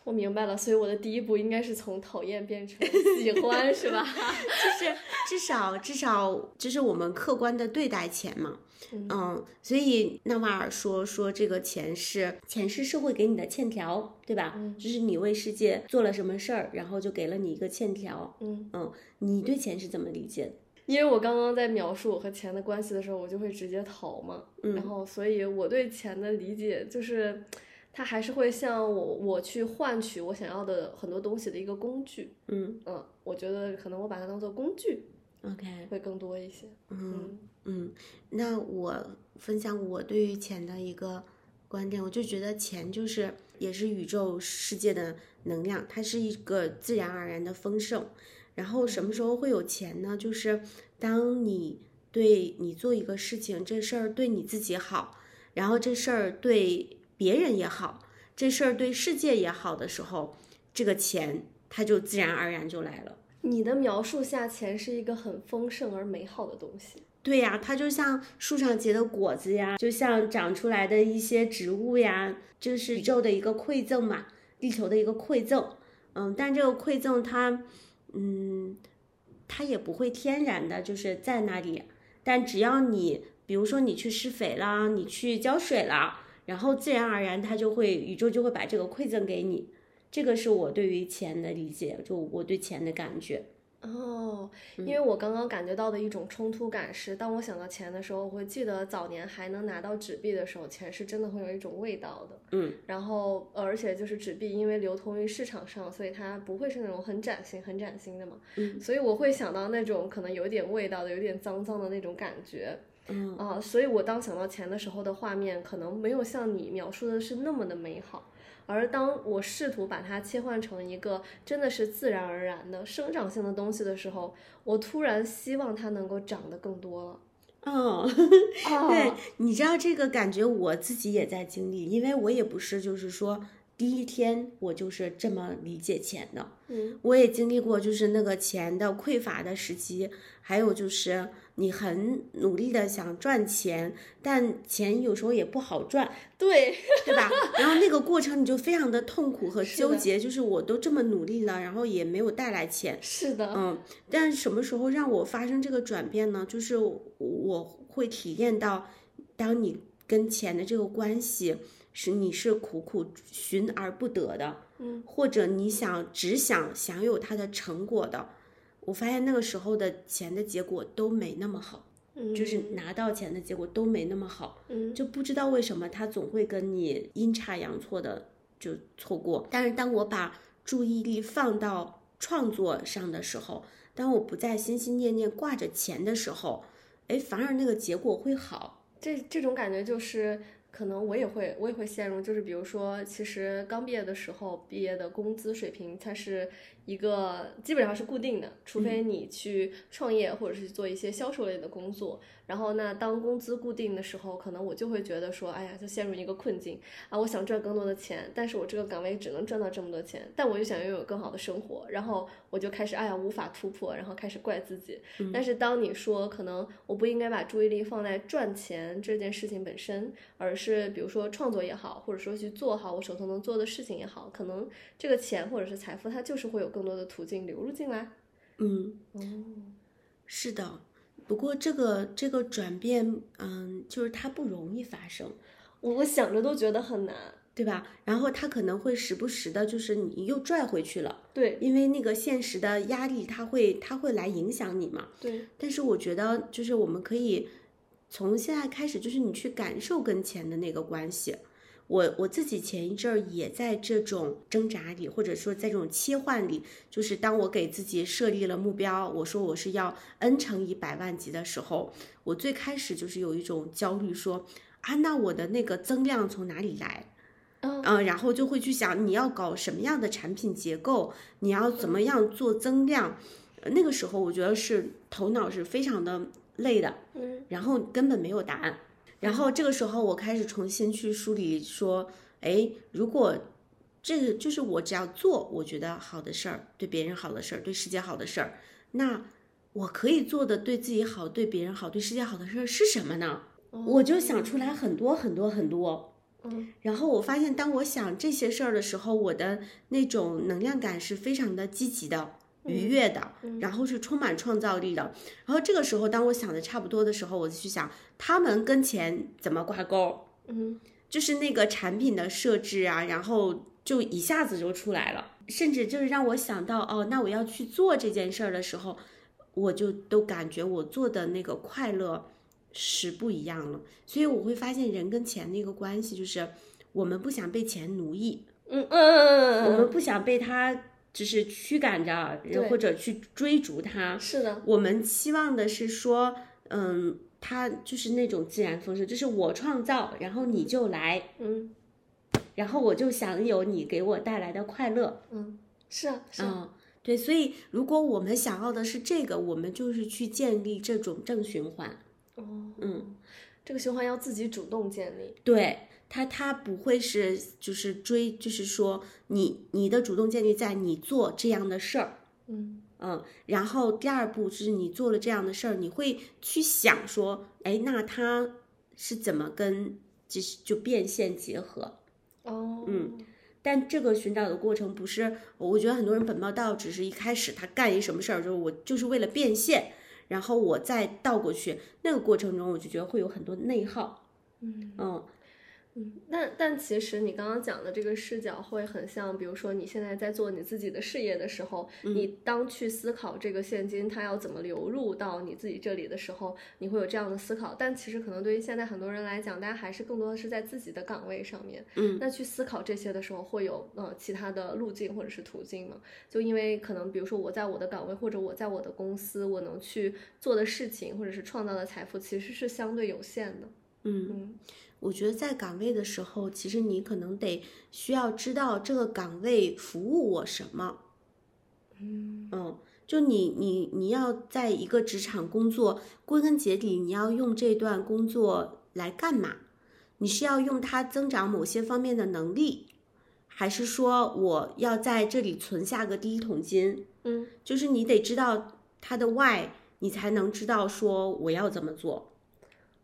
[SPEAKER 2] 我明白了，所以我的第一步应该是从讨厌变成喜欢，是 吧？
[SPEAKER 1] 就是至少至少这是我们客观的对待钱嘛，
[SPEAKER 2] 嗯
[SPEAKER 1] 嗯，所以纳瓦尔说说这个钱是钱是社会给你的欠条，对吧？
[SPEAKER 2] 嗯
[SPEAKER 1] 就是你为世界做了什么事儿，然后就给了你一个欠条。
[SPEAKER 2] 嗯，
[SPEAKER 1] 嗯，你对钱是怎么理解的？
[SPEAKER 2] 因为我刚刚在描述我和钱的关系的时候，我就会直接逃嘛，
[SPEAKER 1] 嗯
[SPEAKER 2] 然后所以我对钱的理解就是，它还是会像我我去换取我想要的很多东西的一个工具。
[SPEAKER 1] 嗯
[SPEAKER 2] 嗯，我觉得可能我把它当做工具
[SPEAKER 1] ，OK，
[SPEAKER 2] 会更多一些。
[SPEAKER 1] 嗯
[SPEAKER 2] 嗯
[SPEAKER 1] 嗯，那我分享我对于钱的一个观点，我就觉得钱就是也是宇宙世界的能量，它是一个自然而然的丰盛。然后什么时候会有钱呢？就是当你对你做一个事情，这事儿对你自己好，然后这事儿对别人也好，这事儿对世界也好的时候，这个钱它就自然而然就来了。
[SPEAKER 2] 你的描述下，钱是一个很丰盛而美好的东西。
[SPEAKER 1] 对呀，它就像树上结的果子呀，就像长出来的一些植物呀，这是宇宙的一个馈赠嘛，地球的一个馈赠。嗯，但这个馈赠它，嗯，它也不会天然的就是在那里，但只要你，比如说你去施肥啦，你去浇水啦，然后自然而然它就会，宇宙就会把这个馈赠给你。这个是我对于钱的理解，就我对钱的感觉。
[SPEAKER 2] 哦，因为我刚刚感觉到的一种冲突感是，当我想到钱的时候，我会记得早年还能拿到纸币的时候，钱是真的会有一种味道的。
[SPEAKER 1] 嗯，
[SPEAKER 2] 然后呃而且就是纸币，因为流通于市场上，所以它不会是那种很崭新、很崭新的嘛。
[SPEAKER 1] 嗯
[SPEAKER 2] 所以我会想到那种可能有点味道的、有点脏脏的那种感觉。
[SPEAKER 1] 嗯
[SPEAKER 2] 啊，所以我当想到钱的时候的画面，可能没有像你描述的是那么的美好。而当我试图把它切换成一个真的是自然而然的生长性的东西的时候，我突然希望它能够长得更多了。
[SPEAKER 1] 哦。 对
[SPEAKER 2] 啊，，
[SPEAKER 1] 你知道这个感觉，我自己也在经历，因为我也不是就是说第一天我就是这么理解钱的，
[SPEAKER 2] 嗯
[SPEAKER 1] 我也经历过就是那个钱的匮乏的时期，还有就是你很努力的想赚钱，但钱有时候也不好赚，
[SPEAKER 2] 对，
[SPEAKER 1] 对吧？然后那个过程你就非常的痛苦和纠
[SPEAKER 2] 的
[SPEAKER 1] 结，就是我都这么努力了，然后也没有带来钱，
[SPEAKER 2] 是的，
[SPEAKER 1] 嗯，但什么时候让我发生这个转变呢？就是我会体验到，当你跟钱的这个关系是你是苦苦寻而不得的，
[SPEAKER 2] 嗯，
[SPEAKER 1] 或者你想只想享有它的成果的，我发现那个时候的钱的结果都没那么好，就是拿到钱的结果都没那么好，
[SPEAKER 2] 嗯
[SPEAKER 1] 就不知道为什么他总会跟你阴差阳错的就错过。但是当我把注意力放到创作上的时候，当我不再心心念念挂着钱的时候，哎，反而那个结果会好。
[SPEAKER 2] 这这种感觉就是，可能我也会，我也会陷入，就是比如说，其实刚毕业的时候，毕业的工资水平它是一个基本上是固定的，除非你去创业或者是做一些销售类的工作。然后那当工资固定的时候，可能我就会觉得说，哎呀，就陷入一个困境啊，我想赚更多的钱，但是我这个岗位只能赚到这么多钱，但我又想拥有更好的生活，然后我就开始哎呀无法突破，然后开始怪自己。但是当你说可能我不应该把注意力放在赚钱这件事情本身，而是比如说创作也好，或者说去做好我手头能做的事情也好，可能这个钱或者是财富，它就是会有更多的途径流入进来。
[SPEAKER 1] 嗯，
[SPEAKER 2] 哦，
[SPEAKER 1] 是的。不过这个这个转变，嗯，就是它不容易发生。
[SPEAKER 2] 我我想着都觉得很难。
[SPEAKER 1] 对吧？然后它可能会时不时的，就是你又拽回去了，
[SPEAKER 2] 对
[SPEAKER 1] 因为那个现实的压力，它会它会来影响你嘛。
[SPEAKER 2] 对，
[SPEAKER 1] 但是我觉得，就是我们可以从现在开始，就是你去感受跟钱的那个关系。我我自己前一阵儿也在这种挣扎里，或者说在这种切换里，就是当我给自己设立了目标，我说我是要 n 乘以百万级的时候，我最开始就是有一种焦虑说，啊，那我的那个增量从哪里来？
[SPEAKER 2] 嗯
[SPEAKER 1] 嗯，然后就会去想你要搞什么样的产品结构，你要怎么样做增量。呃那个时候我觉得是头脑是非常的累的，
[SPEAKER 2] 嗯
[SPEAKER 1] 然后根本没有答案。然后这个时候我开始重新去梳理，说，哎，如果这个就是我只要做我觉得好的事儿，对别人好的事儿，对世界好的事儿，那我可以做的对自己好、对别人好、对世界好的事儿是什么呢？我就想出来很多很多很多。
[SPEAKER 2] 嗯
[SPEAKER 1] 然后我发现，当我想这些事儿的时候，我的那种能量感是非常的积极的、愉悦的，然后是充满创造力的。然后这个时候，当我想的差不多的时候，我就去想他们跟钱怎么挂钩，
[SPEAKER 2] 嗯
[SPEAKER 1] 就是那个产品的设置啊，然后就一下子就出来了，甚至就是让我想到哦，那我要去做这件事儿的时候，我就都感觉我做的那个快乐是不一样了。所以我会发现，人跟钱的一个关系就是，我们不想被钱奴役，
[SPEAKER 2] 嗯嗯嗯
[SPEAKER 1] 我
[SPEAKER 2] 嗯
[SPEAKER 1] 们不想被它就是驱赶着，
[SPEAKER 2] 对
[SPEAKER 1] 或者去追逐它
[SPEAKER 2] 嗯，。是的，
[SPEAKER 1] 我们期望的是说，嗯，它就是那种自然丰盛，就是我创造，然后你就来。
[SPEAKER 2] 嗯
[SPEAKER 1] 然后我就享有你给我带来的快乐。
[SPEAKER 2] 嗯，是啊是啊，
[SPEAKER 1] 嗯，对，所以如果我们想要的是这个，我们就是去建立这种正循环。
[SPEAKER 2] 哦，
[SPEAKER 1] 嗯，
[SPEAKER 2] 这个循环要自己主动建立。
[SPEAKER 1] 对，它它不会是就是追，就是说你你的主动建立在你做这样的事儿。
[SPEAKER 2] 嗯
[SPEAKER 1] 嗯，然后第二步就是你做了这样的事儿，你会去想说，哎，那它是怎么跟就是就变现结合？
[SPEAKER 2] 哦
[SPEAKER 1] 嗯但这个寻找的过程不是，我觉得很多人本末倒置，是一开始他干一什么事儿，就是我就是为了变现，然后我再倒过去，那个过程中我就觉得会有很多内耗。
[SPEAKER 2] 嗯。
[SPEAKER 1] 嗯
[SPEAKER 2] 嗯，但但其实你刚刚讲的这个视角会很像，比如说你现在在做你自己的事业的时候，你当去思考这个现金它要怎么流入到你自己这里的时候，你会有这样的思考。但其实可能对于现在很多人来讲，大家还是更多的是在自己的岗位上面，
[SPEAKER 1] 嗯
[SPEAKER 2] 那去思考这些的时候，会有呃其他的路径或者是途径吗？就因为可能比如说我在我的岗位或者我在我的公司，我能去做的事情或者是创造的财富其实是相对有限的。
[SPEAKER 1] 嗯，
[SPEAKER 2] 嗯
[SPEAKER 1] 我觉得在岗位的时候，其实你可能得需要知道这个岗位服务我什么。
[SPEAKER 2] 嗯
[SPEAKER 1] 嗯，就你你你要在一个职场工作，归根结底你要用这段工作来干嘛？你是要用它增长某些方面的能力，还是说我要在这里存下个第一桶金？
[SPEAKER 2] 嗯
[SPEAKER 1] 就是你得知道它的 why，你才能知道说我要怎么做。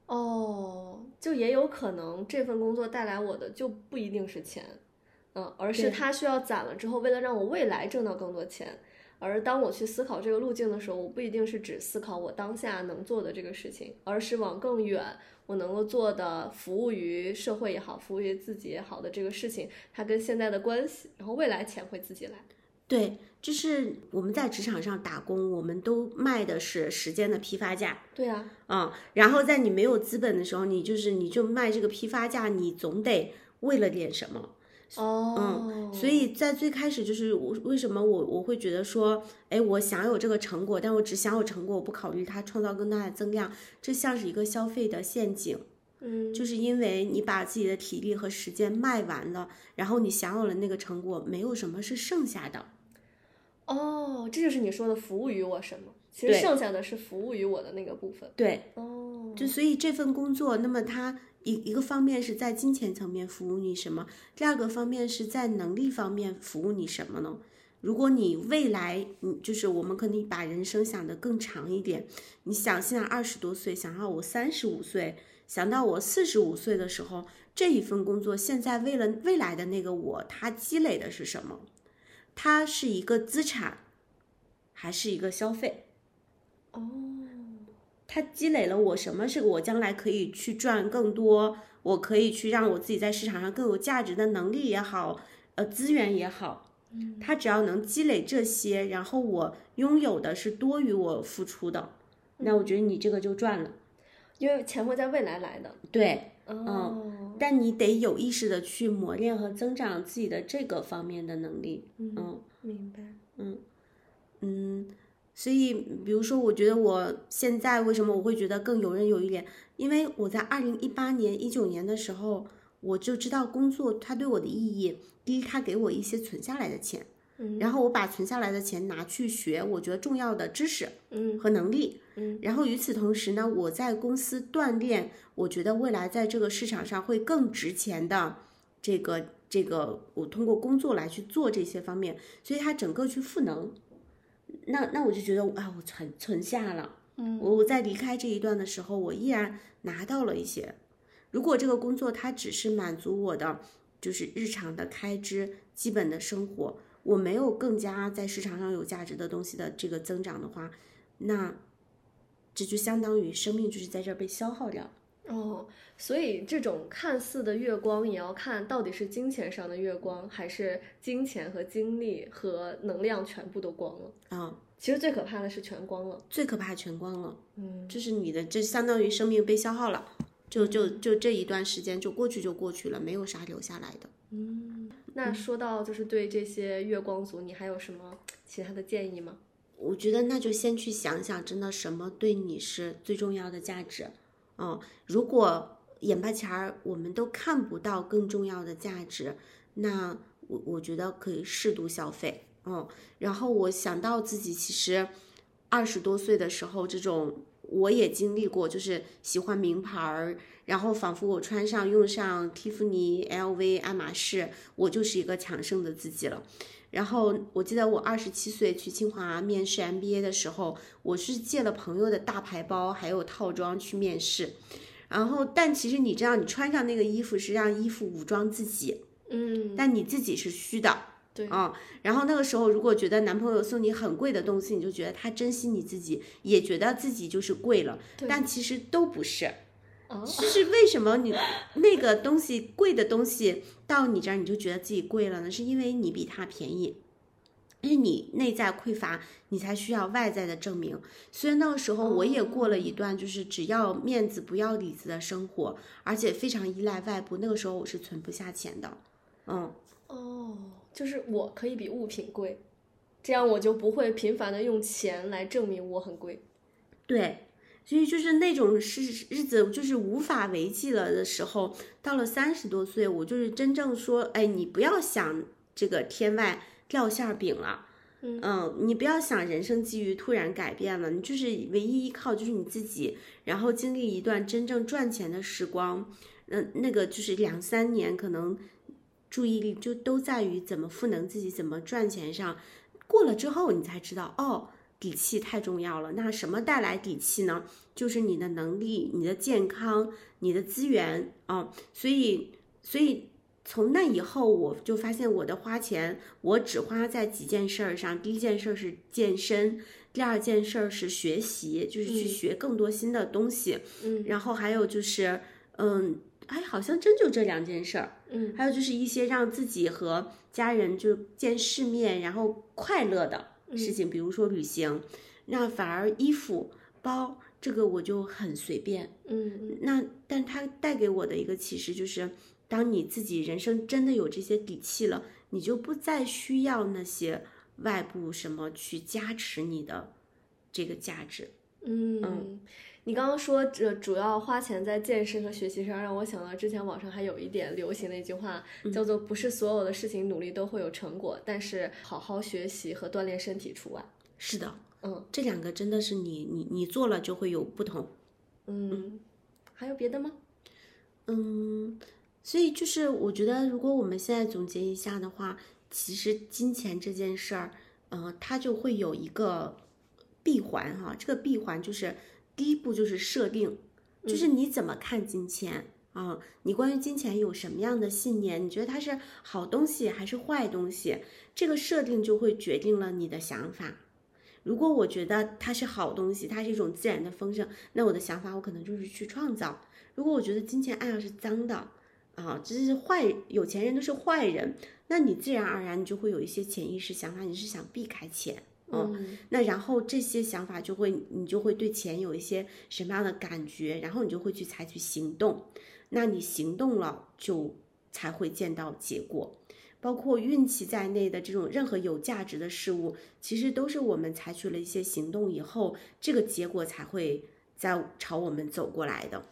[SPEAKER 2] 哦，就也有可能这份工作带来我的就不一定是钱，嗯，而是
[SPEAKER 1] 对
[SPEAKER 2] 它需要攒了之后，为了让我未来挣到更多钱，而当我去思考这个路径的时候，我不一定是只思考我当下能做的这个事情，而是往更远我能够做的服务于社会也好，服务于自己也好的这个事情，它跟现在的关系，然后未来钱会自己来。
[SPEAKER 1] 对，就是我们在职场上打工，我们都卖的是时间的批发价
[SPEAKER 2] 对啊，
[SPEAKER 1] 啊、然后在你没有资本的时候，你就是你就卖这个批发价，你总得为了点什么。
[SPEAKER 2] 哦，
[SPEAKER 1] 嗯所以在最开始就是我为什么我我会觉得说，哎，我想有这个成果，但我只想有成果，我不考虑它创造更大的增量，这像是一个消费的陷阱。
[SPEAKER 2] 嗯，
[SPEAKER 1] 就是因为你把自己的体力和时间卖完了，然后你享有了那个成果，没有什么是剩下的。
[SPEAKER 2] 哦，这就是你说的服务于我什么？其实
[SPEAKER 1] 对
[SPEAKER 2] 剩下的是服务于我的那个部分。
[SPEAKER 1] 对，
[SPEAKER 2] 哦，
[SPEAKER 1] 就所以这份工作，那么它一一个方面是在金钱层面服务你什么，第二个方面是在能力方面服务你什么呢？如果你未来，嗯，就是我们可以把人生想得更长一点。你想现在二十多岁，想到我三十五岁，想到我四十五岁的时候，这一份工作现在为了未来的那个我，它积累的是什么？它是一个资产，还是一个消费？
[SPEAKER 2] 哦，
[SPEAKER 1] 它积累了我什么是我将来可以去赚更多，我可以去让我自己在市场上更有价值的能力也好，呃，资源也好，它只要能积累这些，然后我拥有的是多于我付出的，那我觉得你这个就赚了。
[SPEAKER 2] 因为钱会在未来来的。
[SPEAKER 1] 对，
[SPEAKER 2] 哦，
[SPEAKER 1] 但你得有意识的去磨练和增长自己的这个方面的能力。嗯
[SPEAKER 2] 明白。
[SPEAKER 1] 嗯，所以比如说，我觉得我现在为什么我会觉得更游刃有余一点，因为我在二零一八年、一九年的时候，我就知道工作它对我的意义。第一，它给我一些存下来的钱，
[SPEAKER 2] 嗯
[SPEAKER 1] 然后我把存下来的钱拿去学我觉得重要的知识
[SPEAKER 2] 嗯
[SPEAKER 1] 和能力。
[SPEAKER 2] 嗯
[SPEAKER 1] 然后与此同时呢，我在公司锻炼，我觉得未来在这个市场上会更值钱的这个这个，我通过工作来去做这些方面，所以它整个去赋能。那那我就觉得啊，我存存下了，
[SPEAKER 2] 嗯
[SPEAKER 1] 我我在离开这一段的时候，我依然拿到了一些。如果这个工作它只是满足我的就是日常的开支、基本的生活，我没有更加在市场上有价值的东西的这个增长的话，那这就相当于生命就是在这儿被消耗掉了。
[SPEAKER 2] 哦，所以这种看似的月光，也要看到底是金钱上的月光，还是金钱和精力和能量全部都光了。
[SPEAKER 1] 啊、
[SPEAKER 2] 其实最可怕的是全光了。
[SPEAKER 1] 最可怕全光了，
[SPEAKER 2] 嗯，
[SPEAKER 1] 就是你的这相当于生命被消耗了，就就
[SPEAKER 2] 嗯
[SPEAKER 1] 就这一段时间就过去就过去了，没有啥留下来的。
[SPEAKER 2] 那嗯说到就是对这些月光族，你还有什么其他的建议吗？
[SPEAKER 1] 我觉得那就先去想想，真的什么对你是最重要的价值。嗯，如果眼巴前儿我们都看不到更重要的价值，那我我觉得可以适度消费。嗯，然后我想到自己其实二十多岁的时候，这种我也经历过，就是喜欢名牌儿，然后仿佛我穿上用上蒂芙尼、LV、爱马仕，我就是一个强盛的自己了。然后我记得我二十七岁去清华面试 MBA 的时候，我是借了朋友的大牌包还有套装去面试，然后但其实你知道，你穿上那个衣服是让衣服武装自己，
[SPEAKER 2] 嗯，
[SPEAKER 1] 但你自己是虚的。
[SPEAKER 2] 对
[SPEAKER 1] 啊、然后那个时候如果觉得男朋友送你很贵的东西，你就觉得他珍惜你自己，也觉得自己就是贵了，
[SPEAKER 2] 对
[SPEAKER 1] 但其实都不是。
[SPEAKER 2] 哦，
[SPEAKER 1] 就是为什么你那个东西贵的东西到你这儿你就觉得自己贵了呢？是因为你比它便宜，因为你内在匮乏，你才需要外在的证明。所以那个时候我也过了一
[SPEAKER 2] 哦
[SPEAKER 1] 段就是只要面子不要里子的生活，而且非常依赖外部。那个时候我是存不下钱的，嗯，
[SPEAKER 2] 哦，就是我可以比物品贵，这样我就不会频繁的用钱来证明我很贵。
[SPEAKER 1] 对，所以就是那种是日子就是无法为继了的时候，到了三十多岁，我就是真正说，哎，你不要想这个天外掉馅儿饼了。
[SPEAKER 2] 嗯
[SPEAKER 1] 你不要想人生际遇突然改变了，你就是唯一依靠就是你自己，然后经历一段真正赚钱的时光，嗯、那个就是两三年，可能注意力就都在于怎么赋能自己，怎么赚钱上。过了之后，你才知道哦，底气太重要了。那什么带来底气呢？就是你哦的能力、你的健康、你的资源啊、所以，所以从那以后，我就发现我的花钱，我只花在几件事儿上。第一件事儿是健身，第二件事儿是学习，就是去
[SPEAKER 2] 嗯
[SPEAKER 1] 学更多新的东西。
[SPEAKER 2] 嗯
[SPEAKER 1] 然后还有就是，嗯，哎，好像真就这两件事儿。
[SPEAKER 2] 嗯，
[SPEAKER 1] 还有就是一些让自己和家人就见世面，然后快乐的事情，比如说旅行。那反而衣服、包这个我就很随便。
[SPEAKER 2] 嗯
[SPEAKER 1] 那但它带给我的一个启示就是，当你自己人生真的有这些底气了，你就不再需要那些外部什么去加持你的这个价值。
[SPEAKER 2] 嗯嗯
[SPEAKER 1] 嗯，
[SPEAKER 2] 你刚刚说这主要花钱在健身和学习上，让我想到之前网上还有一点流行的一句话，
[SPEAKER 1] 嗯
[SPEAKER 2] 叫做“不是所有的事情努力都会有成果，但是好好学习和锻炼身体除外”。
[SPEAKER 1] 是的，
[SPEAKER 2] 嗯
[SPEAKER 1] 这两个真的是你你你做了就会有不同。
[SPEAKER 2] 嗯，还有别的吗？
[SPEAKER 1] 嗯，所以就是我觉得，如果我们现在总结一下的话，其实金钱这件事儿，呃，它就会有一个闭环哈、这个闭环就是第一步就是设定，就是你怎么看金钱啊、你关于金钱有什么样的信念？你觉得它是好东西还是坏东西？这个设定就会决定了你的想法。如果我觉得它是好东西，它是一种自然的丰盛，那我的想法我可能就是去创造。如果我觉得金钱爱好是脏的，啊，这是坏有钱人都是坏人，那你自然而然你就会有一些潜意识想法，你是想避开钱，嗯，
[SPEAKER 2] 嗯
[SPEAKER 1] 那然后这些想法就会你就会对钱有一些什么样的感觉，然后你就会去采取行动，那你行动了就才会见到结果。包括运气在内的这种任何有价值的事物，其实都是我们采取了一些行动以后，这个结果才会在朝我们走过来的。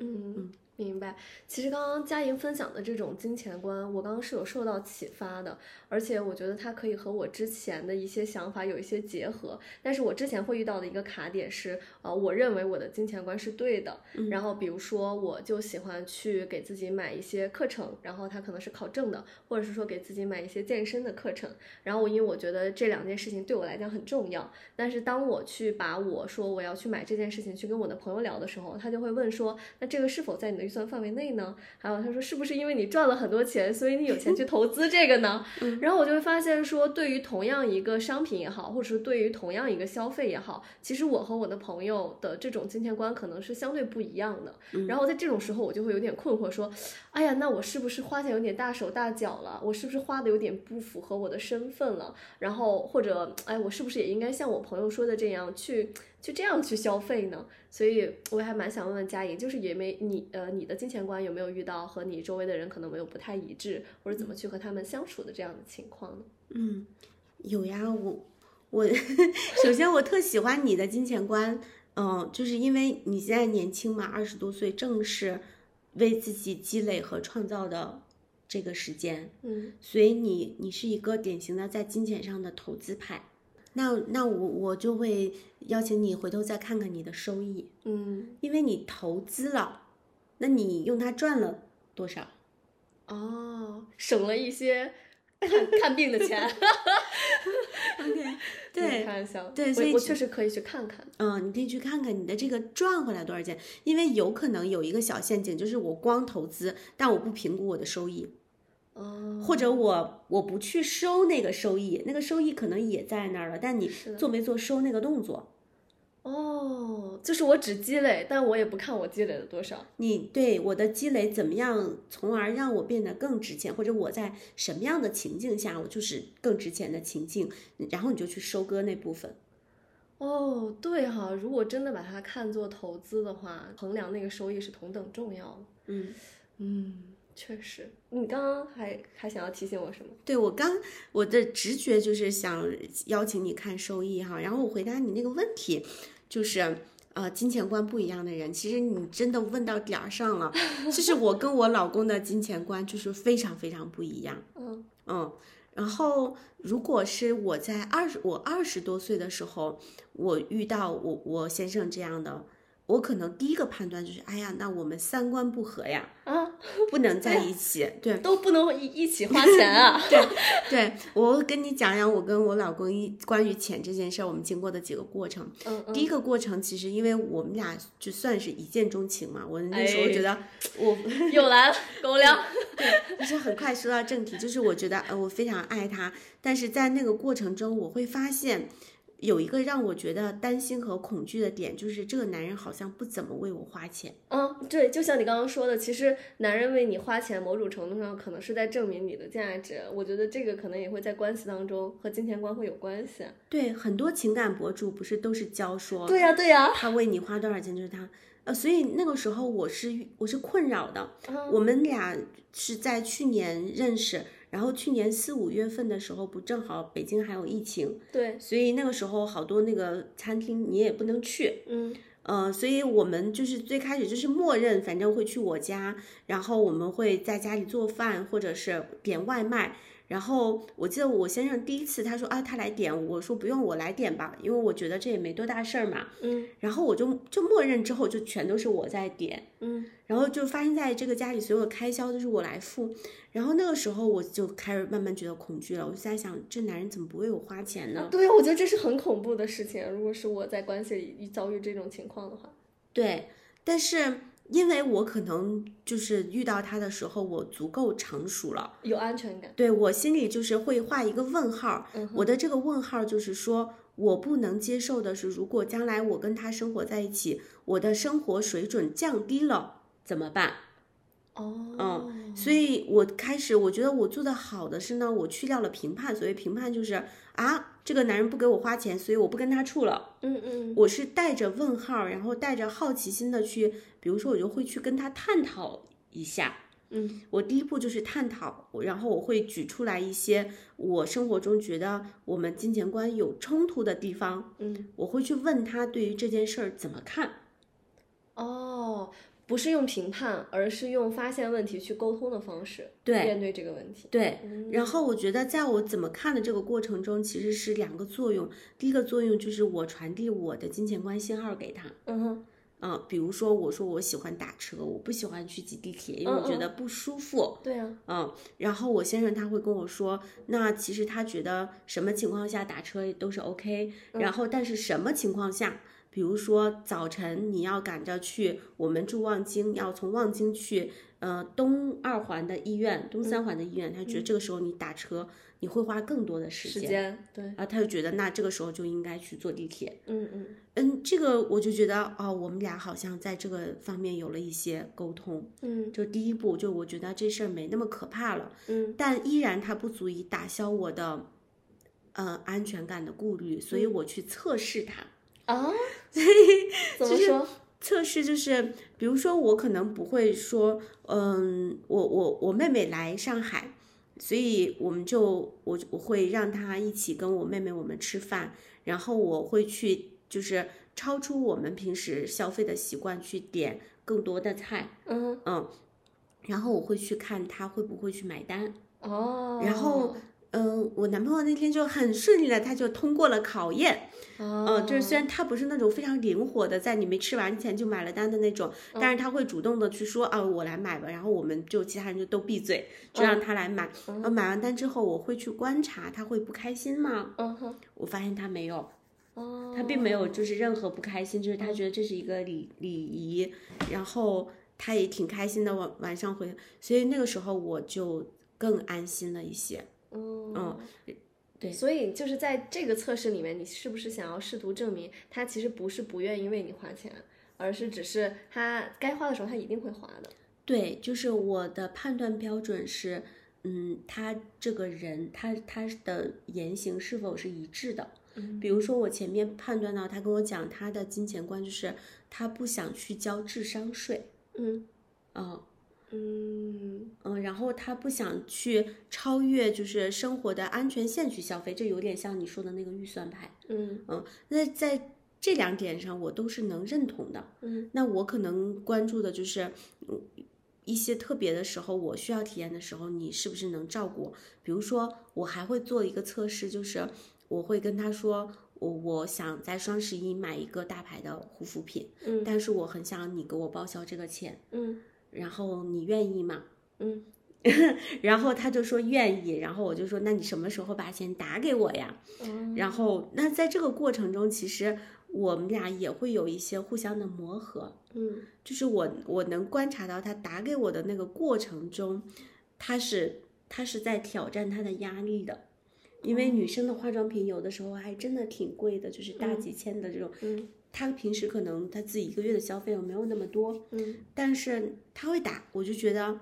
[SPEAKER 2] 嗯，明白。其实刚刚佳莹分享的这种金钱观，我刚刚是有受到启发的，而且我觉得它可以和我之前的一些想法有一些结合。但是我之前会遇到的一个卡点是，呃，我认为我的金钱观是对的，然后比如说我就喜欢去给自己买一些课程，然后它可能是考证的，或者是说给自己买一些健身的课程。然后我因为我觉得这两件事情对我来讲很重要，但是当我去把我说我要去买这件事情去跟我的朋友聊的时候，他就会问说，那这个是否在你的预算范围内呢？还有他说是不是因为你赚了很多钱，所以你有钱去投资这个呢？然后我就会发现说，对于同样一个商品也好，或者是对于同样一个消费也好，其实我和我的朋友的这种金钱观可能是相对不一样的。然后在这种时候，我就会有点困惑，说，哎呀，那我是不是花钱有点大手大脚了？我是不是花的有点不符合我的身份了？然后或者，哎，我是不是也应该像我朋友说的这样去？去这样去消费呢，所以我还蛮想问问佳颖，就是也没你呃你的金钱观有没有遇到和你周围的人可能没有不太一致，或者怎么去和他们相处的这样的情况呢？
[SPEAKER 1] 嗯，有呀，我我 首先我特喜欢你的金钱观，嗯、就是因为你现在年轻嘛，二十多岁，正是为自己积累和创造的这个时间，
[SPEAKER 2] 嗯
[SPEAKER 1] 所以你你是一个典型的在金钱上的投资派。那那我我就会邀请你回头再看看你的收益，
[SPEAKER 2] 嗯
[SPEAKER 1] 因为你投资了，那你用它赚了多少？
[SPEAKER 2] 哦，省了一 些看看病的钱。
[SPEAKER 1] 对，
[SPEAKER 2] 开玩笑。
[SPEAKER 1] 对所
[SPEAKER 2] 我
[SPEAKER 1] 以
[SPEAKER 2] 我
[SPEAKER 1] 只
[SPEAKER 2] 确实可以去看看。
[SPEAKER 1] 嗯，你可以去看看你的这个赚回来多少钱，因为有可能有一个小陷阱，就是我光投资，但我不评估我的收益，
[SPEAKER 2] 哦，
[SPEAKER 1] 或者我我不去收那个收益，那个收益可能也在那儿了，但你
[SPEAKER 2] 是的
[SPEAKER 1] 做没做收那个动作，
[SPEAKER 2] 哦，就是我只积累，但我也不看我积累了多少。
[SPEAKER 1] 你对我的积累怎么样，从而让我变得更值钱，或者我在什么样的情境下，我就是更值钱的情境，然后你就去收割那部分。
[SPEAKER 2] 哦，对哈、如果真的把它看作投资的话，衡量那个收益是同等重要的。
[SPEAKER 1] 嗯，
[SPEAKER 2] 嗯，确实。你刚刚还还想要提醒我什么？
[SPEAKER 1] 对我刚我的直觉就是想邀请你看收益哈，然后我回答你那个问题，就是呃金钱观不一样的人，其实你真的问到点儿上 了，就是我跟我老公的金钱观就是非常非常不一样，
[SPEAKER 2] 嗯
[SPEAKER 1] 嗯。然后，如果是我在二十我二十多岁的时候，我遇到我我先生这样的，我可能第一个判断就是，哎呀，那我们三观不合呀，
[SPEAKER 2] 啊，
[SPEAKER 1] 不能在一起。对
[SPEAKER 2] 都不能一一起花钱 啊！
[SPEAKER 1] 对对，我跟你讲讲我跟我老公一关于钱这件事儿，我们经过的几个过程。
[SPEAKER 2] 嗯嗯，
[SPEAKER 1] 第一个过程其实因为我们俩就算是一见钟情嘛，我那时候
[SPEAKER 2] 哎
[SPEAKER 1] 觉得我
[SPEAKER 2] 又来了，狗粮。
[SPEAKER 1] 但是很快说到正题，就是我觉得呃我非常爱他，但是在那个过程中，我会发现有一个让我觉得担心和恐惧的点，就是这个男人好像不怎么为我花钱。
[SPEAKER 2] 嗯，对，就像你刚刚说的，其实男人为你花钱，某种程度上可能是在证明你的价值。我觉得这个可能也会在关系当中和金钱观会有关系。啊
[SPEAKER 1] 对，很多情感博主不是都是教说，
[SPEAKER 2] 对呀、对呀、
[SPEAKER 1] 他为你花多少钱就是他，呃，所以那个时候我是我是困扰的。
[SPEAKER 2] 嗯
[SPEAKER 1] 我们俩是在去年认识，然后去年四五月份的时候，不正好北京还有疫情，
[SPEAKER 2] 对，
[SPEAKER 1] 所以那个时候好多那个餐厅你也不能去，
[SPEAKER 2] 嗯
[SPEAKER 1] 呃，所以我们就是最开始就是默认，反正会去我家，然后我们会在家里做饭，或者是点外卖。然后我记得我先生第一次他说啊他来点，我说不用我来点吧，因为我觉得这也没多大事儿嘛。
[SPEAKER 2] 嗯
[SPEAKER 1] 然后我就就默认之后就全都是我在点，
[SPEAKER 2] 嗯，
[SPEAKER 1] 然后就发现在这个家里所有的开销都是我来付。然后那个时候我就开始慢慢觉得恐惧了，我就在想这男人怎么不为我花钱呢？
[SPEAKER 2] 啊对呀、我觉得这是很恐怖的事情。啊如果是我在关系里遭遇这种情况的话，
[SPEAKER 1] 对，但是因为我可能就是遇到他的时候，我足够成熟了，
[SPEAKER 2] 有安全感。
[SPEAKER 1] 对我心里就是会画一个问号。
[SPEAKER 2] 嗯哼
[SPEAKER 1] 我的这个问号就是说，我不能接受的是，如果将来我跟他生活在一起，我的生活水准降低了怎么办？
[SPEAKER 2] 哦，
[SPEAKER 1] 所以我开始我觉得我做的好的是呢，我去掉了评判。所谓评判就是啊，这个男人不给我花钱，所以我不跟他处了。
[SPEAKER 2] 嗯嗯，
[SPEAKER 1] 我是带着问号，然后带着好奇心的去，比如说我就会去跟他探讨一下。
[SPEAKER 2] 嗯，
[SPEAKER 1] 我第一步就是探讨，我然后我会举出来一些我生活中觉得我们金钱观有冲突的地方，
[SPEAKER 2] 嗯，
[SPEAKER 1] 我会去问他对于这件事儿怎么看。
[SPEAKER 2] 哦，不是用评判，而是用发现问题去沟通的方式
[SPEAKER 1] 对
[SPEAKER 2] 面对这个问题。
[SPEAKER 1] 对，
[SPEAKER 2] 嗯
[SPEAKER 1] 然后我觉得在我怎么看的这个过程中，其实是两个作用。第一个作用就是我传递我的金钱观信号给他，
[SPEAKER 2] 嗯哼，
[SPEAKER 1] 啊、比如说我说我喜欢打车，我不喜欢去挤地铁，因为我觉
[SPEAKER 2] 嗯嗯
[SPEAKER 1] 得不舒服。
[SPEAKER 2] 对啊呀、
[SPEAKER 1] 嗯，然后我先生他会跟我说，那其实他觉得什么情况下打车都是 OK，然后但是什么情况下，比如说早晨你要赶着去，我们住望京，要从望京去呃东二环的医院、东三环的医院，他觉得这个时候你打车你会花更多的时
[SPEAKER 2] 时
[SPEAKER 1] 间，
[SPEAKER 2] 间对，
[SPEAKER 1] 啊，他就觉得那这个时候就应该去坐地铁。
[SPEAKER 2] 嗯嗯。
[SPEAKER 1] 嗯，这个我就觉得哦，我们俩好像在这个方面有了一些沟通。
[SPEAKER 2] 嗯
[SPEAKER 1] 就第一步，就我觉得这事儿没那么可怕了，
[SPEAKER 2] 嗯
[SPEAKER 1] 但依然它不足以打消我的，呃，安全感的顾虑，所
[SPEAKER 2] 嗯
[SPEAKER 1] 以我去测试它。
[SPEAKER 2] 啊， 怎么说？
[SPEAKER 1] 测试就是，比如说我可能不会说，嗯，我我我妹妹来上海，所以我们就我我会让她一起跟我妹妹我们吃饭，然后我会去就是超出我们平时消费的习惯去点更多的菜，
[SPEAKER 2] 嗯
[SPEAKER 1] 嗯，然后我会去看她会不会去买单。
[SPEAKER 2] 哦，
[SPEAKER 1] 然后嗯，我男朋友那天就很顺利的，他就通过了考验。
[SPEAKER 2] 哦，
[SPEAKER 1] 嗯，就是虽然他不是那种非常灵活的，在你没吃完前就买了单的那种，但是他会主动的去说啊，我来买吧，然后我们就其他人就都闭嘴，就让他来买。呃，买完单之后，我会去观察他会不开心吗？
[SPEAKER 2] 嗯哼，
[SPEAKER 1] 我发现他没有，
[SPEAKER 2] 哦，
[SPEAKER 1] 他并没有就是任何不开心，就是他觉得这是一个礼礼仪，然后他也挺开心的晚晚上回，所以那个时候我就更安心了一些。
[SPEAKER 2] 嗯
[SPEAKER 1] 对
[SPEAKER 2] 所以就是在这个测试里面，你是不是想要试图证明他其实不是不愿意为你花钱，而是只是他该花的时候他一定会花的。
[SPEAKER 1] 对，就是我的判断标准是，嗯，他这个人，他他的言行是否是一致的？
[SPEAKER 2] 嗯
[SPEAKER 1] 比如说，我前面判断到他跟我讲他的金钱观就是他不想去交智商税，
[SPEAKER 2] 嗯
[SPEAKER 1] 嗯
[SPEAKER 2] 嗯
[SPEAKER 1] 嗯，然后他不想去超越就是生活的安全线去消费，这有点像你说的那个预算牌，
[SPEAKER 2] 嗯
[SPEAKER 1] 嗯，那在这两点上我都是能认同的，
[SPEAKER 2] 嗯
[SPEAKER 1] 那我可能关注的就是，嗯，一些特别的时候，我需要体验的时候，你是不是能照顾我？比如说，我还会做一个测试，就是我会跟他说，我我想在双十一买一个大牌的护肤品，
[SPEAKER 2] 嗯
[SPEAKER 1] 但是我很想你给我报销这个钱，
[SPEAKER 2] 嗯
[SPEAKER 1] 然后你愿意吗？
[SPEAKER 2] 嗯
[SPEAKER 1] 然后他就说愿意，然后我就说那你什么时候把钱打给我呀？
[SPEAKER 2] 嗯
[SPEAKER 1] 然后那在这个过程中，其实我们俩也会有一些互相的磨合，
[SPEAKER 2] 嗯
[SPEAKER 1] 就是我我能观察到他打给我的那个过程中，他是他是在挑战他的压力的。因为女生的化妆品有的时候还真的挺贵的，就是大几千的这种。
[SPEAKER 2] 嗯
[SPEAKER 1] 她平时可能她自己一个月的消费没有那么多，
[SPEAKER 2] 嗯
[SPEAKER 1] 但是她会打，我就觉得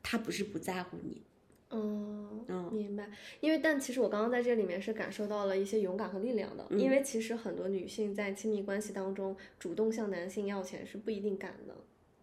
[SPEAKER 1] 她不是不在乎你，
[SPEAKER 2] 嗯
[SPEAKER 1] 嗯
[SPEAKER 2] 明白。因为但其实我刚刚在这里面是感受到了一些勇敢和力量的，因为其实很多女性在亲密关系当中主动向男性要钱是不一定敢的。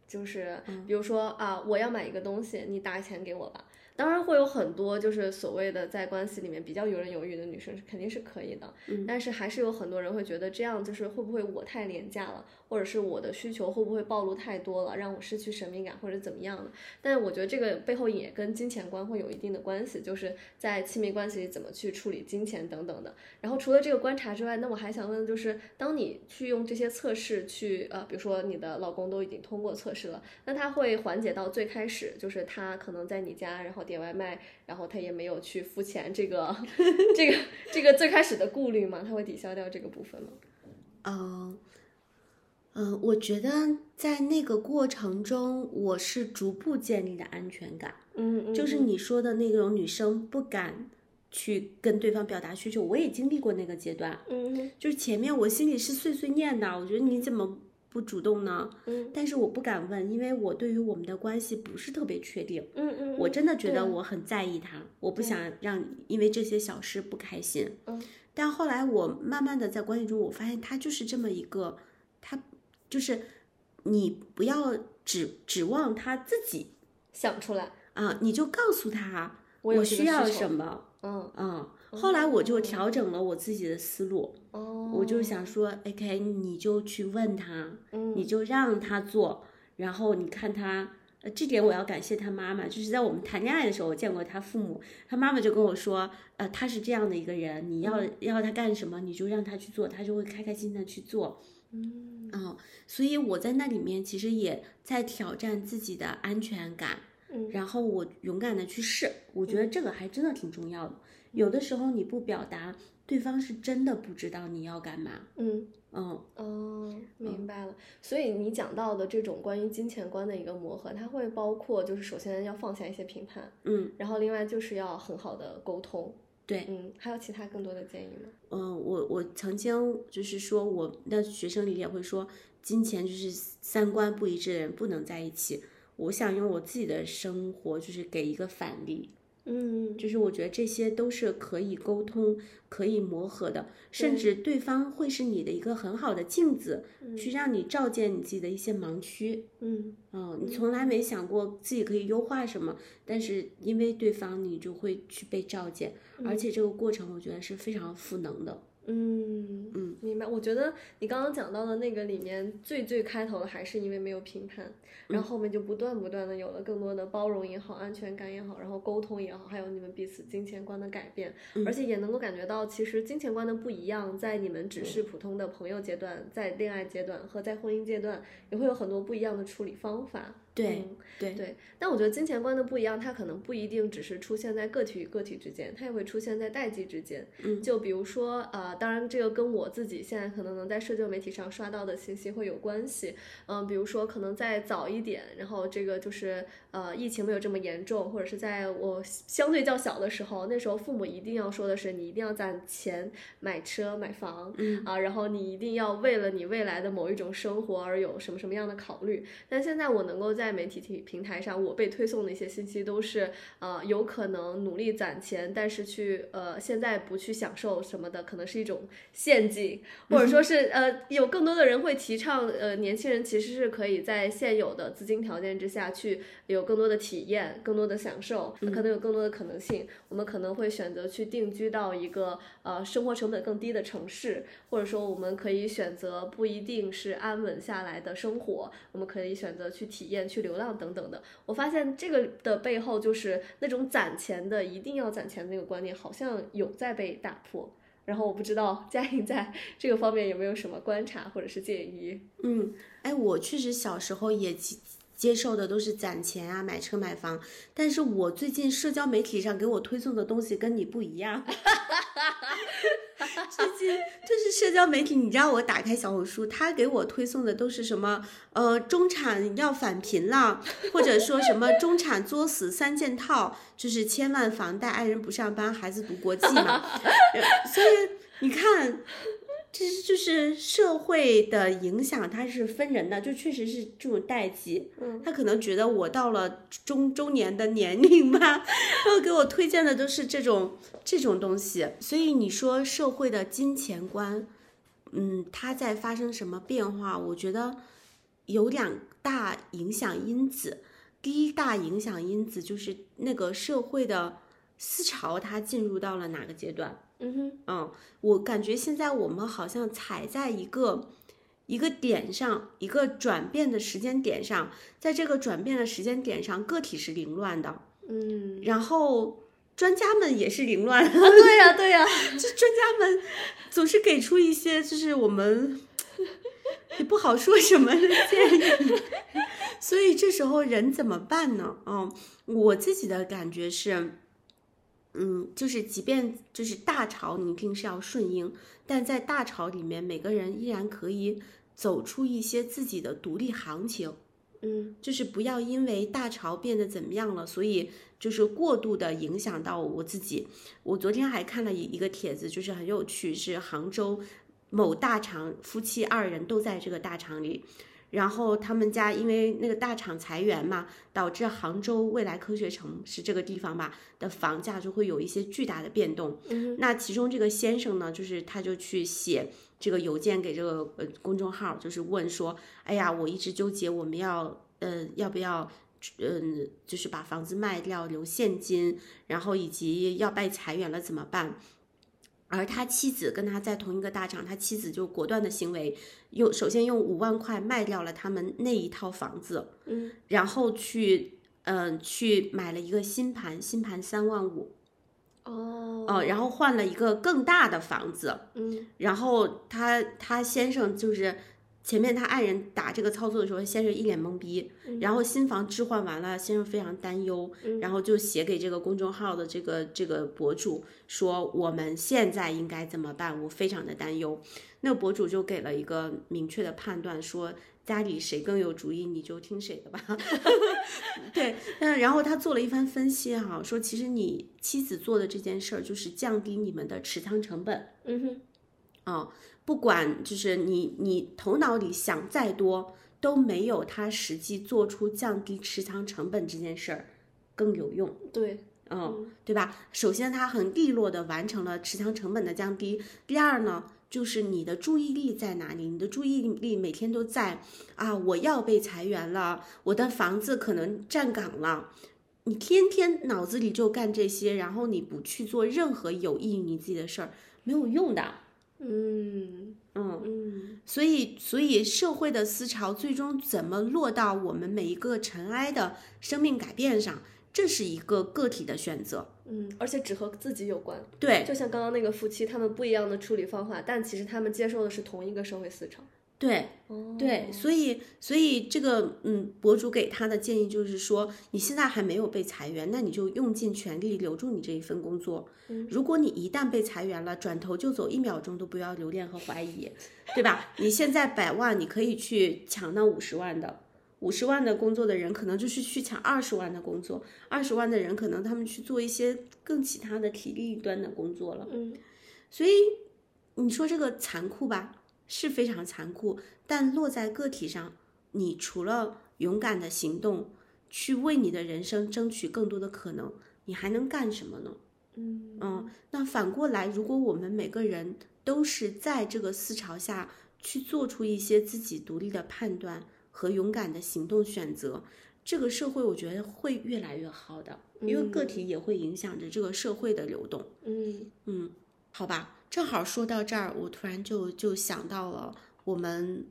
[SPEAKER 2] 就是比如说啊，我要买一个东西，你打钱给我吧。当然会有很多就是所谓的在关系里面比较游刃有余的女生是肯定是可以的，
[SPEAKER 1] 嗯
[SPEAKER 2] 但是还是有很多人会觉得这样就是会不会我太廉价了，或者是我的需求会不会暴露太多了，让我失去神秘感或者怎么样的？但是我觉得这个背后也跟金钱观会有一定的关系，就是在亲密关系里怎么去处理金钱等等的。然后除了这个观察之外，那我还想问的就是，当你去用这些测试去呃，比如说你的老公都已经通过测试了，那他会缓解到最开始，就是他可能在你家，然后点外卖，然后他也没有去付钱，这个 这个这个最开始的顾虑嘛，他会抵消掉这个部分吗？
[SPEAKER 1] 嗯，嗯，我觉得在那个过程中，我是逐步建立的安全感，
[SPEAKER 2] 嗯
[SPEAKER 1] 就是你说的那种女生不敢去跟对方表达需求，我也经历过那个阶段，
[SPEAKER 2] 嗯
[SPEAKER 1] 就是前面我心里是碎碎念的，我觉得你怎么不主动呢？
[SPEAKER 2] 嗯
[SPEAKER 1] 但是我不敢问，因为我对于我们的关系不是特别确定，
[SPEAKER 2] 嗯嗯，
[SPEAKER 1] 我真的觉得
[SPEAKER 2] 对
[SPEAKER 1] 我很在意他，我不想让因为这些小事不开心。
[SPEAKER 2] 嗯
[SPEAKER 1] 但后来我慢慢的在关系中，我发现他就是这么一个，他就是你不要指指望他自己
[SPEAKER 2] 想出来，
[SPEAKER 1] 啊，你就告诉他
[SPEAKER 2] 我有这个
[SPEAKER 1] 需要
[SPEAKER 2] 需求
[SPEAKER 1] 什么
[SPEAKER 2] 嗯
[SPEAKER 1] 啊。后来我就
[SPEAKER 2] 哦
[SPEAKER 1] 调整了我自己的思路，
[SPEAKER 2] 哦，
[SPEAKER 1] 我就想说，OK，你就去问他，
[SPEAKER 2] 嗯，
[SPEAKER 1] 你就让他做，然后你看他。呃，这点我要感谢他妈妈，就是在我们谈恋爱的时候，我见过他父母，他妈妈就跟我说，呃，他是这样的一个人，你要、
[SPEAKER 2] 嗯
[SPEAKER 1] 要他干什么，你就让他去做，他就会开开心心的去做。
[SPEAKER 2] 嗯
[SPEAKER 1] 嗯，所以我在那里面其实也在挑战自己的安全感，
[SPEAKER 2] 嗯
[SPEAKER 1] 然后我勇敢的去试，我觉得这个还真的挺重要的。有的时候你不表达，对方是真的不知道你要干嘛。
[SPEAKER 2] 嗯。
[SPEAKER 1] 嗯，
[SPEAKER 2] 哦，明白了。所以你讲到的这种关于金钱观的一个磨合，它会包括就是首先要放下一些评判，
[SPEAKER 1] 嗯，
[SPEAKER 2] 然后另外就是要很好的沟通，
[SPEAKER 1] 对
[SPEAKER 2] 嗯，还有其他更多的建议吗？
[SPEAKER 1] 嗯，我我曾经就是说，我的学生里也会说，金钱就是三观不一致的人不能在一起。我想用我自己的生活，就是给一个反例，
[SPEAKER 2] 嗯，
[SPEAKER 1] 就是我觉得这些都是可以沟通、可以磨合的，甚
[SPEAKER 2] 对
[SPEAKER 1] 至对方会是你的一个很好的镜子，去让你照见你自己的一些盲区。
[SPEAKER 2] 嗯
[SPEAKER 1] 嗯，你从来没想过自己可以优化什么，但是因为对方，你就会去被照见，而且这个过程我觉得是非常赋能的。
[SPEAKER 2] 嗯
[SPEAKER 1] 嗯，
[SPEAKER 2] 明白。我觉得你刚刚讲到的那个里面，最最开头的还是因为没有评判，
[SPEAKER 1] 嗯
[SPEAKER 2] 然后后面就不断不断的有了更多的包容也好，安全感也好，然后沟通也好，还有你们彼此金钱观的改变，
[SPEAKER 1] 嗯
[SPEAKER 2] 而且也能够感觉到，其实金钱观的不一样，在你们
[SPEAKER 1] 嗯
[SPEAKER 2] 只是普通的朋友阶段，在恋爱阶段和在婚姻阶段，也会有很多不一样的处理方法。
[SPEAKER 1] 对
[SPEAKER 2] 嗯
[SPEAKER 1] 对
[SPEAKER 2] 对，但我觉得金钱观的不一样，它可能不一定只是出现在个体与个体之间，它也会出现在代际之间。
[SPEAKER 1] 嗯
[SPEAKER 2] 就比如说，呃，当然这个跟我自己现在可能能在社交媒体上刷到的信息会有关系。嗯、比如说可能再早一点，然后这个就是呃疫情没有这么严重，或者是在我相对较小的时候，那时候父母一定要说的是，你一定要攒钱买车买房，
[SPEAKER 1] 嗯
[SPEAKER 2] 啊，然后你一定要为了你未来的某一种生活而有什么什么样的考虑。但现在我能够在媒体体平台上，我被推送的一些信息都是，呃，有可能努力攒钱，但是去呃现在不去享受什么的，可能是一种陷阱，或者说是呃有更多的人会提倡，呃年轻人其实是可以在现有的资金条件之下去有更多的体验，更多的享受，可能有更多的可能性。我们可能会选择去定居到一个呃生活成本更低的城市，或者说我们可以选择不一定是安稳下来的生活，我们可以选择去体验、去流浪等等的。我发现这个的背后就是那种攒钱的，一定要攒钱的那个观念，好像有在被打破。然后我不知道佳颖在这个方面有没有什么观察或者是建议？
[SPEAKER 1] 嗯，哎，我确实小时候也接接受的都是攒钱啊，买车买房，但是我最近社交媒体上给我推送的东西跟你不一样。 最近就是社交媒体，你让我打开小红书，他给我推送的都是什么？呃，中产要返贫了，或者说什么中产作死三件套，就是千万房贷、爱人不上班、孩子读国际嘛。 呃所以你看，这是就是社会的影响，它是分人的，就确实是这种代际。
[SPEAKER 2] 嗯，
[SPEAKER 1] 他可能觉得我到了中中年的年龄吧，然后给我推荐的都是这种这种东西。所以你说社会的金钱观，嗯，它在发生什么变化？我觉得有两大影响因子。第一大影响因子就是那个社会的思潮，它进入到了哪个阶段？
[SPEAKER 2] 嗯哼，
[SPEAKER 1] 嗯，我感觉现在我们好像踩在一个一个点上，一个转变的时间点上，在这个转变的时间点上，个体是凌乱的，
[SPEAKER 2] 嗯，
[SPEAKER 1] 然后专家们也是凌乱的，
[SPEAKER 2] 啊，对呀、对呀、
[SPEAKER 1] 就专家们总是给出一些就是我们 也不好说什么的建议，所以这时候人怎么办呢？嗯，我自己的感觉是，嗯，就是即便就是大潮，你一定是要顺应，但在大潮里面，每个人依然可以走出一些自己的独立行情。
[SPEAKER 2] 嗯
[SPEAKER 1] 就是不要因为大潮变得怎么样了，所以就是过度的影响到我自己。我昨天还看了一一个帖子，就是很有趣，是杭州某大厂夫妻二人都在这个大厂里，然后他们家因为那个大厂裁员嘛，导致杭州未来科学城是这个地方吧的房价就会有一些巨大的变动。
[SPEAKER 2] 嗯
[SPEAKER 1] 那其中这个先生呢，就是他就去写这个邮件给这个呃公众号，就是问说，哎呀，我一直纠结我们要呃要不要。嗯，就是把房子卖掉留现金，然后以及要被裁员了怎么办？而他妻子跟他在同一个大厂，他妻子就果断的行为，用首先用五万块卖掉了他们那一套房子，
[SPEAKER 2] 嗯，
[SPEAKER 1] 然后去嗯、呃去买了一个新盘，新盘三万五，
[SPEAKER 2] 哦，
[SPEAKER 1] 哦，然后换了一个更大的房子，
[SPEAKER 2] 嗯
[SPEAKER 1] 然后他他先生就是前面他爱人打这个操作的时候，先生一脸懵逼，然后新房置换完了，先生非常担忧，然后就写给这个公众号的这个这个博主说，我们现在应该怎么办？我非常的担忧。那博主就给了一个明确的判断，说家里谁更有主意，你就听谁的吧。对，嗯，然后他做了一番分析哈、说其实你妻子做的这件事儿就是降低你们的持仓成本。
[SPEAKER 2] 嗯哼，
[SPEAKER 1] 不管就是你你头脑里想再多，都没有他实际做出降低持仓成本这件事儿更有用。
[SPEAKER 2] 对，
[SPEAKER 1] 嗯，对吧？首先，他很利落的完成了持仓成本的降低。第二呢，就是你的注意力在哪里？你的注意力每天都在啊，我要被裁员了，我的房子可能站岗了。你天天脑子里就干这些，然后你不去做任何有益于你自己的事儿，没有用的。
[SPEAKER 2] 嗯
[SPEAKER 1] 嗯，
[SPEAKER 2] 嗯
[SPEAKER 1] 所以，所以社会的思潮最终怎么落到我们每一个尘埃的生命改变上，这是一个个体的选择。
[SPEAKER 2] 嗯，而且只和自己有关。
[SPEAKER 1] 对
[SPEAKER 2] 就像刚刚那个夫妻，他们不一样的处理方法，但其实他们接受的是同一个社会思潮。
[SPEAKER 1] 对
[SPEAKER 2] 哦，
[SPEAKER 1] 对，所以所以这个嗯，博主给他的建议就是说，你现在还没有被裁员，那你就用尽全力留住你这一份工作。
[SPEAKER 2] 嗯
[SPEAKER 1] 如果你一旦被裁员了，转头就走，一秒钟都不要留恋和怀疑，对吧？你现在百万，你可以去抢那五十万的。五十万的工作的人，可能就是去抢二十万的工作；二十万的人，可能他们去做一些更其他的体力端的工作了。
[SPEAKER 2] 嗯
[SPEAKER 1] 所以你说这个残酷吧，是非常残酷，但落在个体上，你除了勇敢的行动，去为你的人生争取更多的可能，你还能干什么呢？
[SPEAKER 2] 嗯
[SPEAKER 1] 嗯，那反过来，如果我们每个人都是在这个思潮下去做出一些自己独立的判断和勇敢的行动选择，这个社会我觉得会越来越好的，因为个体也会影响着这个社会的流动。
[SPEAKER 2] 嗯
[SPEAKER 1] 嗯，好吧，正好说到这儿，我突然就就想到了我们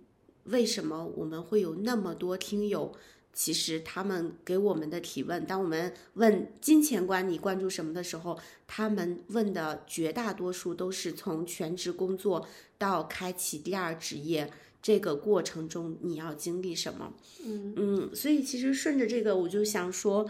[SPEAKER 1] 为什么我们会有那么多听友其实他们给我们的提问，当我们问金钱观你关注什么的时候，他们问的绝大多数都是从全职工作到开启第二职业这个过程中你要经历什么。
[SPEAKER 2] 嗯
[SPEAKER 1] 嗯，所以其实顺着这个，我就想说，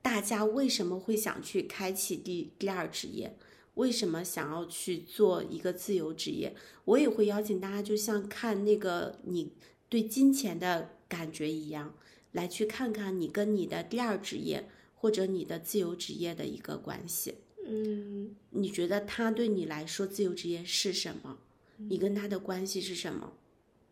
[SPEAKER 1] 大家为什么会想去开启第第二职业？为什么想要去做一个自由职业？我也会邀请大家，就像看那个你对金钱的感觉一样，来去看看你跟你的第二职业或者你的自由职业的一个关系。
[SPEAKER 2] 嗯
[SPEAKER 1] 你觉得它对你来说，自由职业是什么？你跟它的关系是什么？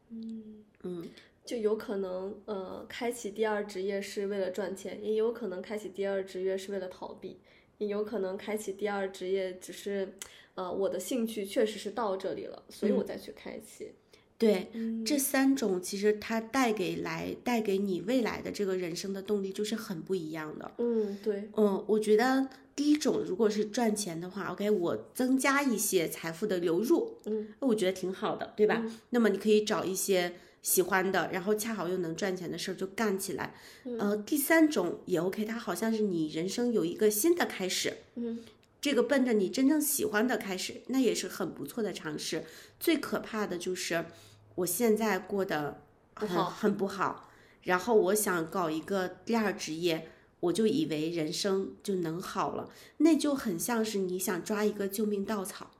[SPEAKER 2] 嗯，
[SPEAKER 1] 嗯，
[SPEAKER 2] 就有可能呃，开启第二职业是为了赚钱，也有可能开启第二职业是为了逃避，也有可能开启第二职业只是，呃，我的兴趣确实是到这里了，所以我
[SPEAKER 1] 嗯
[SPEAKER 2] 再去开启。
[SPEAKER 1] 对，
[SPEAKER 2] 嗯
[SPEAKER 1] 这三种其实它带给来带给你未来的这个人生的动力就是很不一样的。
[SPEAKER 2] 嗯对，
[SPEAKER 1] 嗯，我觉得第一种如果是赚钱的话，OK，我增加一些财富的流入，
[SPEAKER 2] 嗯
[SPEAKER 1] 我觉得挺好的，对吧？
[SPEAKER 2] 嗯
[SPEAKER 1] 那么你可以找一些喜欢的，然后恰好又能赚钱的事儿就干起来。
[SPEAKER 2] 嗯
[SPEAKER 1] 呃，第三种也 OK，它好像是你人生有一个新的开始，
[SPEAKER 2] 嗯
[SPEAKER 1] 这个奔着你真正喜欢的开始，那也是很不错的尝试。最可怕的就是我现在过得很
[SPEAKER 2] 不好
[SPEAKER 1] 很不好，然后我想搞一个第二职业，我就以为人生就能好了，那就很像是你想抓一个救命稻草。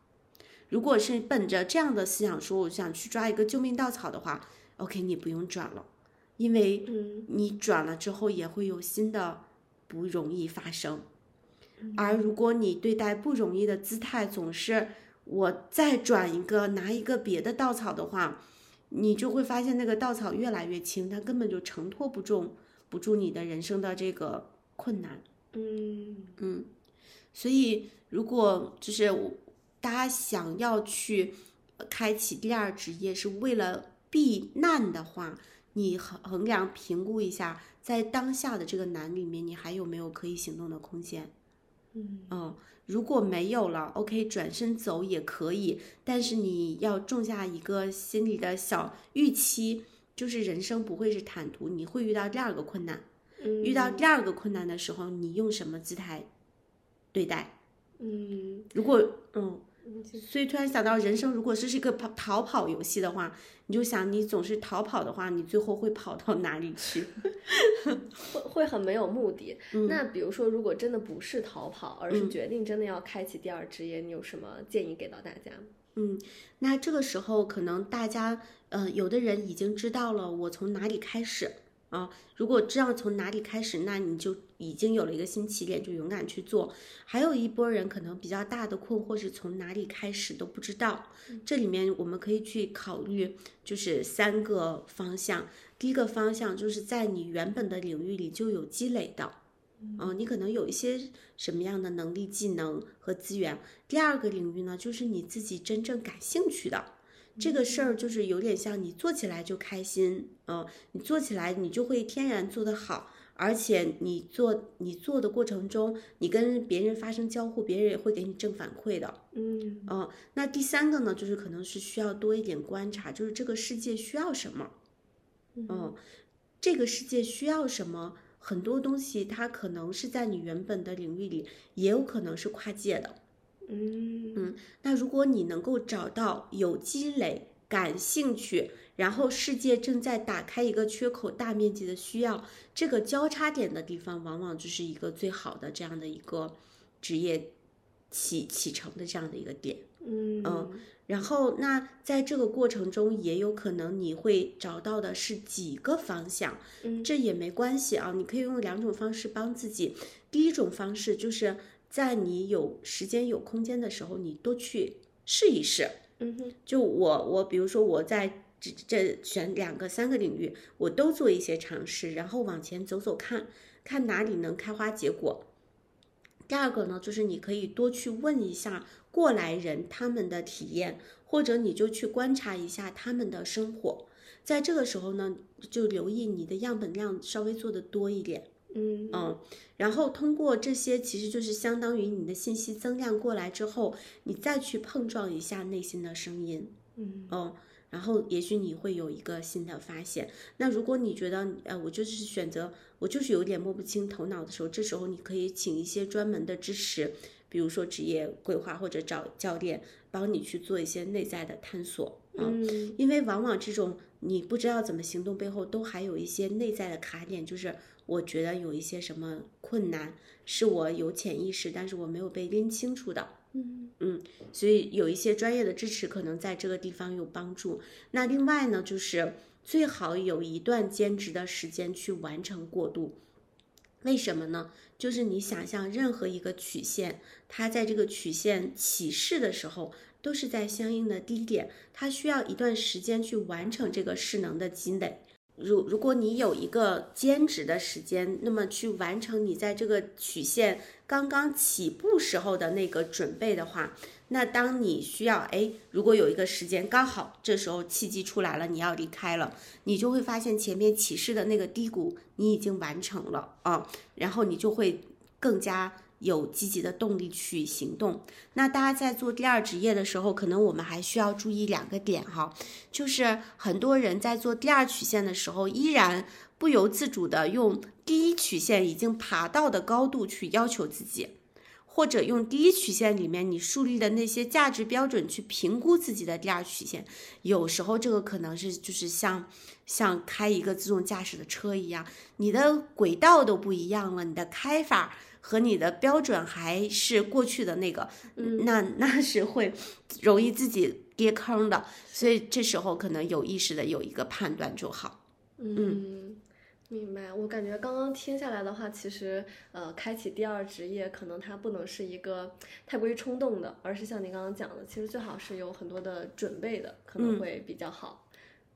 [SPEAKER 1] 如果是本着这样的思想说，我想去抓一个救命稻草的话，OK，你不用转了，因为
[SPEAKER 2] 嗯
[SPEAKER 1] 你转了之后也会有新的不容易发生。而如果你对待不容易的姿态总是我再转一个拿一个别的稻草的话，你就会发现那个稻草越来越轻，它根本就承托不重不住你的人生的这个困难。
[SPEAKER 2] 嗯
[SPEAKER 1] 嗯，所以如果就是我大家想要去呃开启第二职业是为了避难的话，你衡衡量评估一下，在当下的这个难里面，你还有没有可以行动的空间？
[SPEAKER 2] 嗯
[SPEAKER 1] 嗯，如果没有了，OK，转身走也可以，但是你要种下一个心里的小预期，就是人生不会是坦途，你会遇到第二个困难。
[SPEAKER 2] 嗯，
[SPEAKER 1] 遇到第二个困难的时候，你用什么姿态对待？
[SPEAKER 2] 嗯
[SPEAKER 1] 如果嗯，
[SPEAKER 2] 嗯就
[SPEAKER 1] 所以突然想到，人生如果是是一个跑逃跑游戏的话，你就想你总是逃跑的话，你最后会跑到哪里去？
[SPEAKER 2] 会会很没有目的。
[SPEAKER 1] 嗯
[SPEAKER 2] 那比如说，如果真的不是逃跑，而是
[SPEAKER 1] 嗯
[SPEAKER 2] 决定真的要开启第二职业，你有什么建议给到大家吗？
[SPEAKER 1] 嗯，那这个时候可能大家，呃，有的人已经知道了我从哪里开始啊。如果知道从哪里开始，那你就已经有了一个新起点，就勇敢去做。还有一波人可能比较大的困惑是从哪里开始都不知道。这里面我们可以去考虑，就是三个方向。第一个方向就是在你原本的领域里就有积累的。嗯，你可能有一些什么样的能力、技能和资源。第二个领域呢，就是你自己真正感兴趣的这个事儿，就是有点像你做起来就开心，嗯，你做起来你就会天然做得好，而且你做你做的过程中，你跟别人发生交互，别人也会给你正反馈的。
[SPEAKER 2] 嗯
[SPEAKER 1] 嗯，那第三个呢，就是可能是需要多一点观察，就是这个世界需要什么。嗯，这个世界需要什么？很多东西它可能是在你原本的领域里，也有可能是跨界的。
[SPEAKER 2] 嗯
[SPEAKER 1] 嗯，那如果你能够找到有积累、感兴趣，然后世界正在打开一个缺口、大面积的需要，这个交叉点的地方，往往就是一个最好的这样的一个职业启启程的这样的一个点。
[SPEAKER 2] 嗯嗯
[SPEAKER 1] 然后，那在这个过程中，也有可能你会找到的是几个方向，
[SPEAKER 2] 嗯
[SPEAKER 1] 这也没关系啊，你可以用两种方式帮自己。第一种方式就是在你有时间、有空间的时候，你多去试一试。
[SPEAKER 2] 嗯哼
[SPEAKER 1] 就我，我比如说我在这这选两个、三个领域，我都做一些尝试，然后往前走走看，看哪里能开花结果。第二个呢，就是你可以多去问一下过来人他们的体验，或者你就去观察一下他们的生活。在这个时候呢，就留意你的样本量稍微做的多一点，
[SPEAKER 2] 嗯
[SPEAKER 1] 嗯，然后通过这些，其实就是相当于你的信息增量过来之后，你再去碰撞一下内心的声音，
[SPEAKER 2] 嗯
[SPEAKER 1] 嗯，然后也许你会有一个新的发现。那如果你觉得呃，我就是选择我就是有点摸不清头脑的时候，这时候你可以请一些专门的支持，比如说职业规划或者找教练帮你去做一些内在的探索。啊
[SPEAKER 2] 嗯，
[SPEAKER 1] 因为往往这种你不知道怎么行动背后，都还有一些内在的卡点，就是我觉得有一些什么困难是我有潜意识，但是我没有被拎清楚的。
[SPEAKER 2] 嗯
[SPEAKER 1] 嗯，所以有一些专业的支持可能在这个地方有帮助。那另外呢，就是最好有一段兼职的时间去完成过渡。为什么呢？就是你想象任何一个曲线，它在这个曲线起势的时候，都是在相应的低点，它需要一段时间去完成这个势能的积累。如如果你有一个兼职的时间，那么去完成你在这个曲线刚刚起步时候的那个准备的话，那当你需要哎，如果有一个时间刚好这时候契机出来了，你要离开了，你就会发现前面起势的那个低谷你已经完成了啊，然后你就会更加有积极的动力去行动。那大家在做第二职业的时候，可能我们还需要注意两个点哈，就是很多人在做第二曲线的时候，依然不由自主的用第一曲线已经爬到的高度去要求自己，或者用第一曲线里面你树立的那些价值标准去评估自己的第二曲线。有时候这个可能是就是像像开一个自动驾驶的车一样，你的轨道都不一样了，你的开法。和你的标准还是过去的那个，
[SPEAKER 2] 嗯
[SPEAKER 1] 那那是会容易自己跌坑的，所以这时候可能有意识的有一个判断就好。
[SPEAKER 2] 嗯，明白。我感觉刚刚听下来的话，其实呃，开启第二职业可能它不能是一个太过于冲动的，而是像您刚刚讲的，其实最好是有很多的准备的，可能
[SPEAKER 1] 嗯
[SPEAKER 2] 会比较好。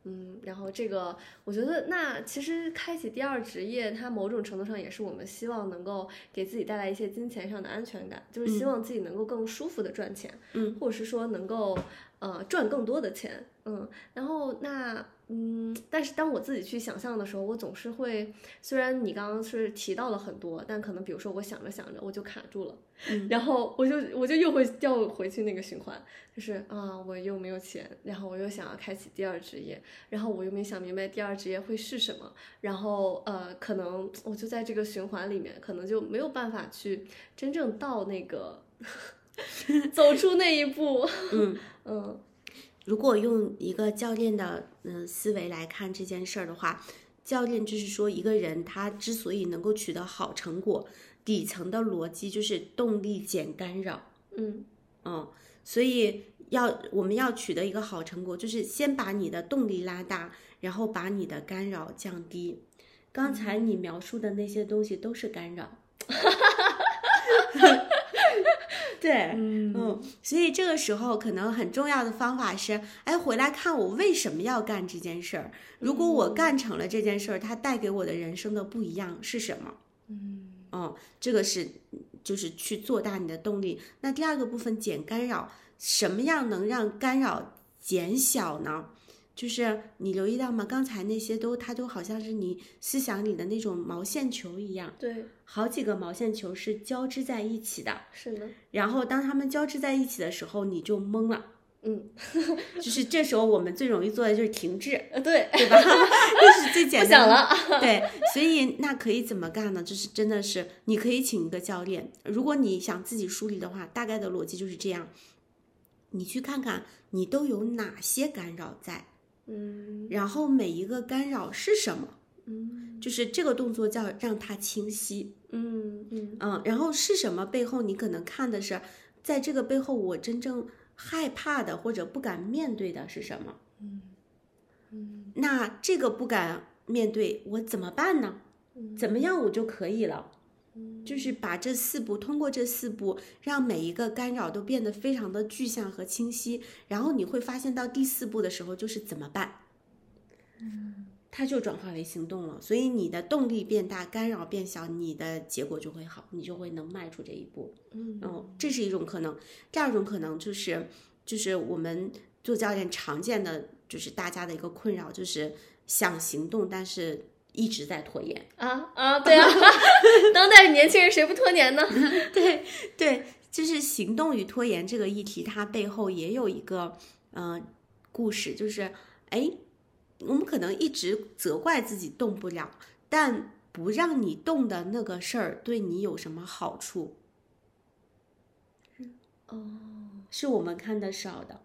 [SPEAKER 2] 嗯，然后这个我觉得，那其实开启第二职业，它某种程度上也是我们希望能够给自己带来一些金钱上的安全感，就是希
[SPEAKER 1] 嗯
[SPEAKER 2] 望自己能够更舒服的赚钱，
[SPEAKER 1] 嗯，
[SPEAKER 2] 或者是说能够呃赚更多的钱，嗯，然后那嗯，但是当我自己去想象的时候，我总是会，虽然你刚刚是提到了很多，但可能比如说我想着想着我就卡住了，
[SPEAKER 1] 嗯
[SPEAKER 2] 然后我就我就又会掉回去那个循环，就是啊我又没有钱，然后我又想要开启第二职业，然后我又没想明白第二职业会是什么，然后呃可能我就在这个循环里面，可能就没有办法去真正到那个 走出那一步，
[SPEAKER 1] 嗯，
[SPEAKER 2] 嗯
[SPEAKER 1] 如果用一个教练的嗯、呃思维来看这件事儿的话，教练就是说一个人他之所以能够取得好成果，底层的逻辑就是动力减干扰。
[SPEAKER 2] 嗯
[SPEAKER 1] 嗯，所以要我们要取得一个好成果，就是先把你的动力拉大，然后把你的干扰降低。刚才你描述的那些东西都是干扰， 对，嗯，所以这个时候可能很重要的方法是，哎，回来看我为什么要干这件事儿。如果我
[SPEAKER 2] 嗯
[SPEAKER 1] 干成了这件事儿，它带给我的人生的不一样是什么？
[SPEAKER 2] 嗯。
[SPEAKER 1] 哦，这个是就是去做大你的动力。那第二个部分减干扰，什么样能让干扰减小呢？就是你留意到吗？刚才那些都，它都好像是你思想里的那种毛线球一样，
[SPEAKER 2] 对，
[SPEAKER 1] 好几个毛线球是交织在一起的。
[SPEAKER 2] 是呢，
[SPEAKER 1] 然后当它们交织在一起的时候，你就懵了。
[SPEAKER 2] 嗯，
[SPEAKER 1] 就是这时候我们最容易做的就是停滞，
[SPEAKER 2] 呃，对，
[SPEAKER 1] 对吧？这是最
[SPEAKER 2] 不
[SPEAKER 1] 简单的。
[SPEAKER 2] 想了，
[SPEAKER 1] 对，所以那可以怎么干呢？就是真的是，你可以请一个教练。如果你想自己梳理的话，大概的逻辑就是这样：你去看看你都有哪些干扰在，
[SPEAKER 2] 嗯
[SPEAKER 1] 然后每一个干扰是什么，
[SPEAKER 2] 嗯
[SPEAKER 1] 就是这个动作叫让它清晰。
[SPEAKER 2] 嗯嗯
[SPEAKER 1] 嗯，然后是什么背后，你可能看的是，在这个背后我真正害怕的或者不敢面对的是什么？
[SPEAKER 2] 嗯嗯
[SPEAKER 1] 那这个不敢面对，我怎么办呢？
[SPEAKER 2] 嗯，
[SPEAKER 1] 怎么样我就可以了？
[SPEAKER 2] 嗯
[SPEAKER 1] 就是把这四步，通过这四步，让每一个干扰都变得非常的具象和清晰。然后你会发现，到第四步的时候，就是怎么办，它就转化为行动了。所以你的动力变大，干扰变小，你的结果就会好，你就会能迈出这一步。
[SPEAKER 2] 嗯
[SPEAKER 1] 哦，这是一种可能。第二种可能就是，就是我们做教练常见的，就是大家的一个困扰，就是想行动，但是一直在拖延。
[SPEAKER 2] 啊啊，对啊， 当代年轻人谁不拖年呢？
[SPEAKER 1] 对，就是行动与拖延这个议题，它背后也有一个嗯、呃故事，就是哎，我们可能一直责怪自己动不了，但不让你动的那个事儿对你有什么好处？
[SPEAKER 2] 哦
[SPEAKER 1] 是我们看的少的。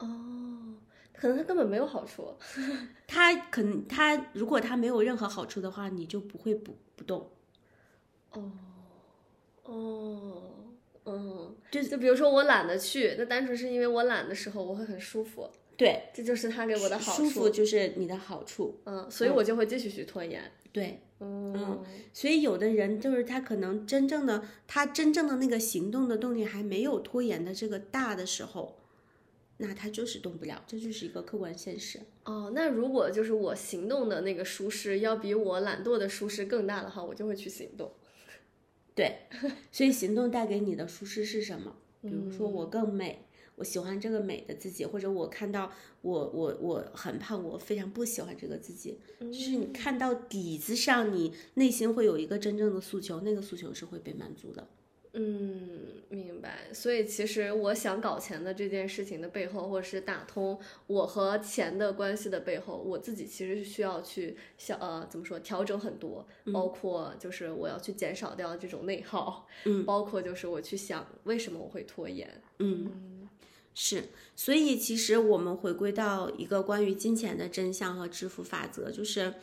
[SPEAKER 2] 哦，可能它根本没有好处。
[SPEAKER 1] 它可能它如果它没有任何好处的话，你就不会不不动。
[SPEAKER 2] 哦哦嗯，就就比如说我懒得去，那单纯是因为我懒的时候我会很舒服，
[SPEAKER 1] 对，
[SPEAKER 2] 这就是它给我的好
[SPEAKER 1] 舒服就是你的好处。
[SPEAKER 2] 嗯，所以我就会继续去拖延。
[SPEAKER 1] 对，
[SPEAKER 2] 嗯
[SPEAKER 1] 所以有的人就是他可能真正的他真正的那个行动的动力还没有拖延的这个大的时候，那他就是动不了，这就是一个客观现实。
[SPEAKER 2] 哦，那如果就是我行动的那个舒适要比我懒惰的舒适更大的话，我就会去行动。
[SPEAKER 1] 对，所以行动带给你的舒适是什么？比如说我更美，我喜欢这个美的自己，或者我看到我我我很胖，我非常不喜欢这个自己，就是你看到底子上，你内心会有一个真正的诉求，那个诉求是会被满足的。
[SPEAKER 2] 嗯，明白。所以其实我想搞钱的这件事情的背后，或者是打通我和钱的关系的背后，我自己其实是需要去想呃怎么说调整很多，包括就是我要去减少掉这种内耗，
[SPEAKER 1] 嗯
[SPEAKER 2] 包括就是我去想为什么我会拖延。
[SPEAKER 1] 嗯。
[SPEAKER 2] 嗯
[SPEAKER 1] 是，所以其实我们回归到一个关于金钱的真相和支付法则，就是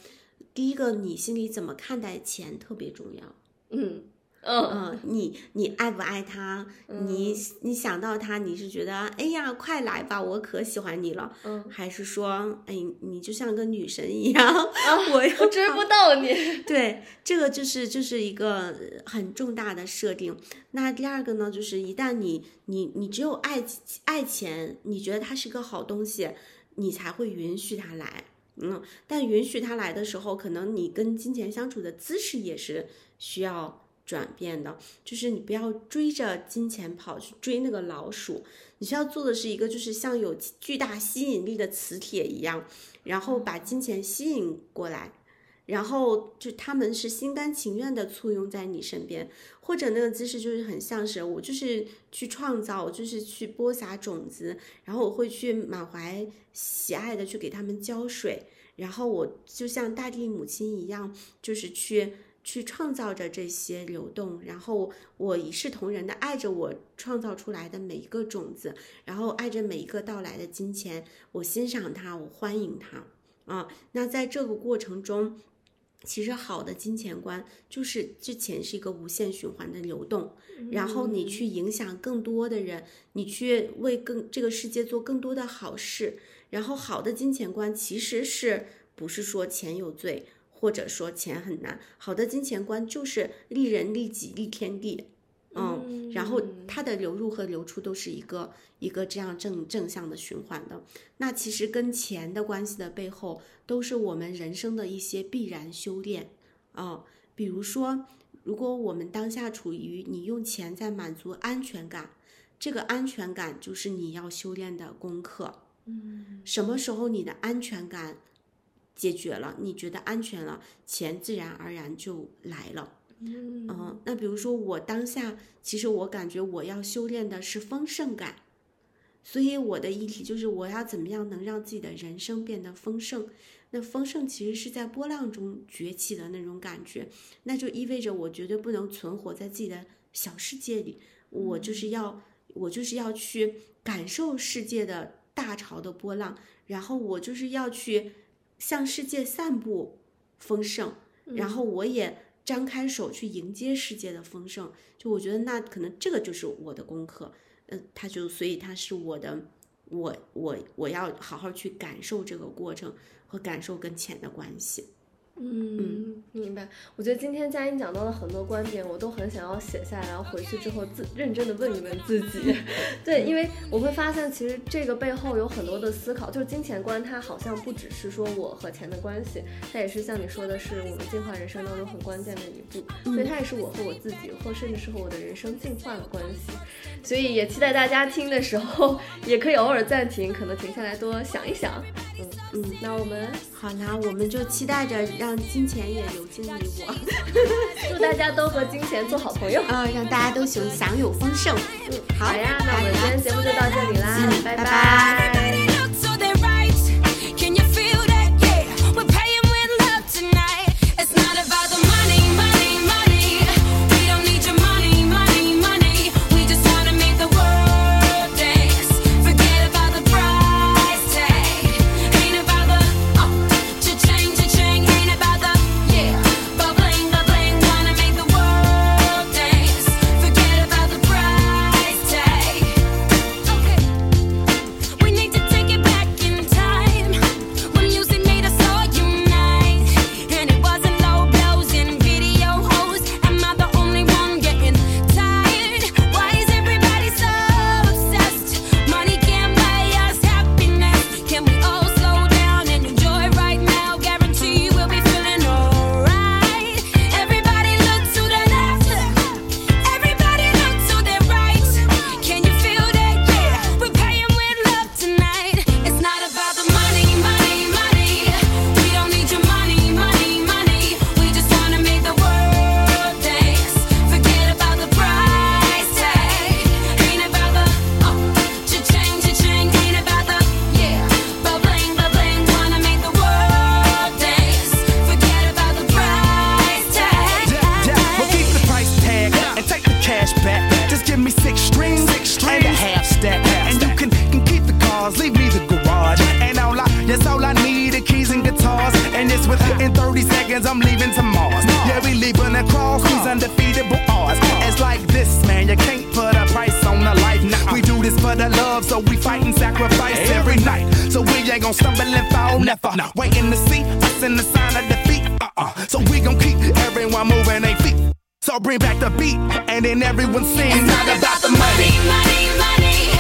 [SPEAKER 1] 第一个，你心里怎么看待钱特别重要。
[SPEAKER 2] 嗯嗯
[SPEAKER 1] 嗯，你你爱不爱他？你你想到他，你是觉得哎呀，快来吧，我可喜欢你了，
[SPEAKER 2] 嗯，
[SPEAKER 1] 还是说哎，你就像个女神一样， 我要
[SPEAKER 2] 哦我追不到你。
[SPEAKER 1] 对，这个就是就是一个呃很重大的设定。那第二个呢，就是一旦你你你只有爱爱钱，你觉得它是个好东西，你才会允许它来。嗯，但允许它来的时候，可能你跟金钱相处的姿势也是需要转变的，就是你不要追着金钱跑去追那个老鼠，你需要做的是一个就是像有巨大吸引力的磁铁一样，然后把金钱吸引过来。然后就他们是心甘情愿的簇拥在你身边，或者那个姿势就是很像是我就是去创造，我就是去播撒种子，然后我会去满怀喜爱的去给他们浇水，然后我就像大地母亲一样，就是去去创造着这些流动，然后我一视同仁的爱着我创造出来的每一个种子，然后爱着每一个到来的金钱，我欣赏它，我欢迎它。啊，那在这个过程中，其实好的金钱观就是之前是一个无限循环的流动，然后你去影响更多的人，你去为更这个世界做更多的好事。然后好的金钱观其实是不是说钱有罪，或者说钱很难？好的金钱观就是利人利己利天地。嗯，然后
[SPEAKER 2] 嗯
[SPEAKER 1] 它的流入和流出都是一个一个这样正正向的循环的。那其实跟钱的关系的背后，都是我们人生的一些必然修炼啊、比如说，如果我们当下处于你用钱在满足安全感，这个安全感就是你要修炼的功课。
[SPEAKER 2] 嗯
[SPEAKER 1] 什么时候你的安全感解决了，你觉得安全了，钱自然而然就来了。
[SPEAKER 2] 嗯
[SPEAKER 1] 嗯，那比如说我当下，其实我感觉我要修炼的是丰盛感，所以我的议题就是我要怎么样能让自己的人生变得丰盛。那丰盛其实是在波浪中崛起的那种感觉，那就意味着我绝对不能存活在自己的小世界里，我就是要我就是要去感受世界的大潮的波浪，然后我就是要去向世界散布丰盛，然后我也张开手去迎接世界的丰盛。就我觉得那可能这个就是我的功课，嗯、它就所以它是我的，我我我要好好去感受这个过程和感受跟钱的关系。
[SPEAKER 2] 嗯，明白。我觉得今天佳音讲到了很多观点，我都很想要写下来，然后回去之后自认真的问一问自己。 对，因为我会发现，其实这个背后有很多的思考，就是金钱观，它好像不只是说我和钱的关系，它也是像你说的是我们进化人生当中很关键的一步，所以它也是我和我自己，或甚至是和我的人生进化的关系。所以也期待大家听的时候， 也可以偶尔暂停，可能停下来多想一想。嗯嗯，那我们
[SPEAKER 1] 好啦，我们就期待着让金钱也流经于我，
[SPEAKER 2] 祝大家都和金钱做好朋友。
[SPEAKER 1] 呃，让大家都享享有丰盛。嗯，好，
[SPEAKER 2] 好呀，那我们
[SPEAKER 1] 拜拜
[SPEAKER 2] 今天节目就到这里啦，
[SPEAKER 1] 嗯
[SPEAKER 2] 拜
[SPEAKER 1] 拜拜
[SPEAKER 2] 拜
[SPEAKER 3] Everybody else, so they're right. Can you uh,
[SPEAKER 4] uh,
[SPEAKER 3] plans, I'm leaving to Mars. Yeah, we leaping across these undefeatable odds. It's like this, man, you can't put a price on a life. Nah, we do this for the love, so we fight and sacrifice every night. So we ain't gonna stumble and fall, never. Waiting to see us in the sign of defeat. Uh-uh. So we gon' keep everyone moving their feet. So bring back the beat, and then everyone sings. It's not about the money.
[SPEAKER 4] money, money.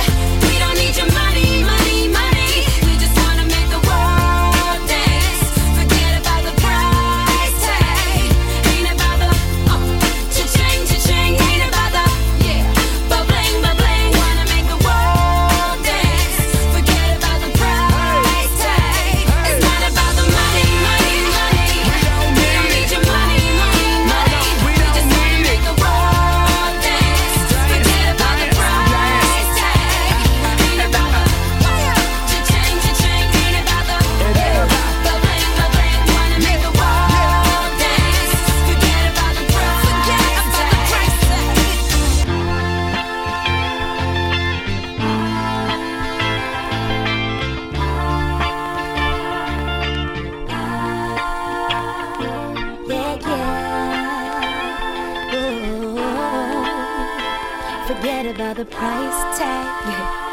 [SPEAKER 4] We don't need your money, money, money. We just wanna make the world dance. Forget about the price tag. Ain't about the oh, cha-ching, cha-ching. Ain't about the yeah, but bling, but bling. Wanna make the world dance. Forget about the price tag. It's not about the money, money, money. We don't need your money, money, money. We just wanna make the world dance. Forget about the price tag. Ain't about the cha-ching, cha-ching. Ain't about the yeah, but bling, but bling. Wanna make the world dance. Forget about the price tag. Yeah, yeah. Ooh. Forget about the price tag.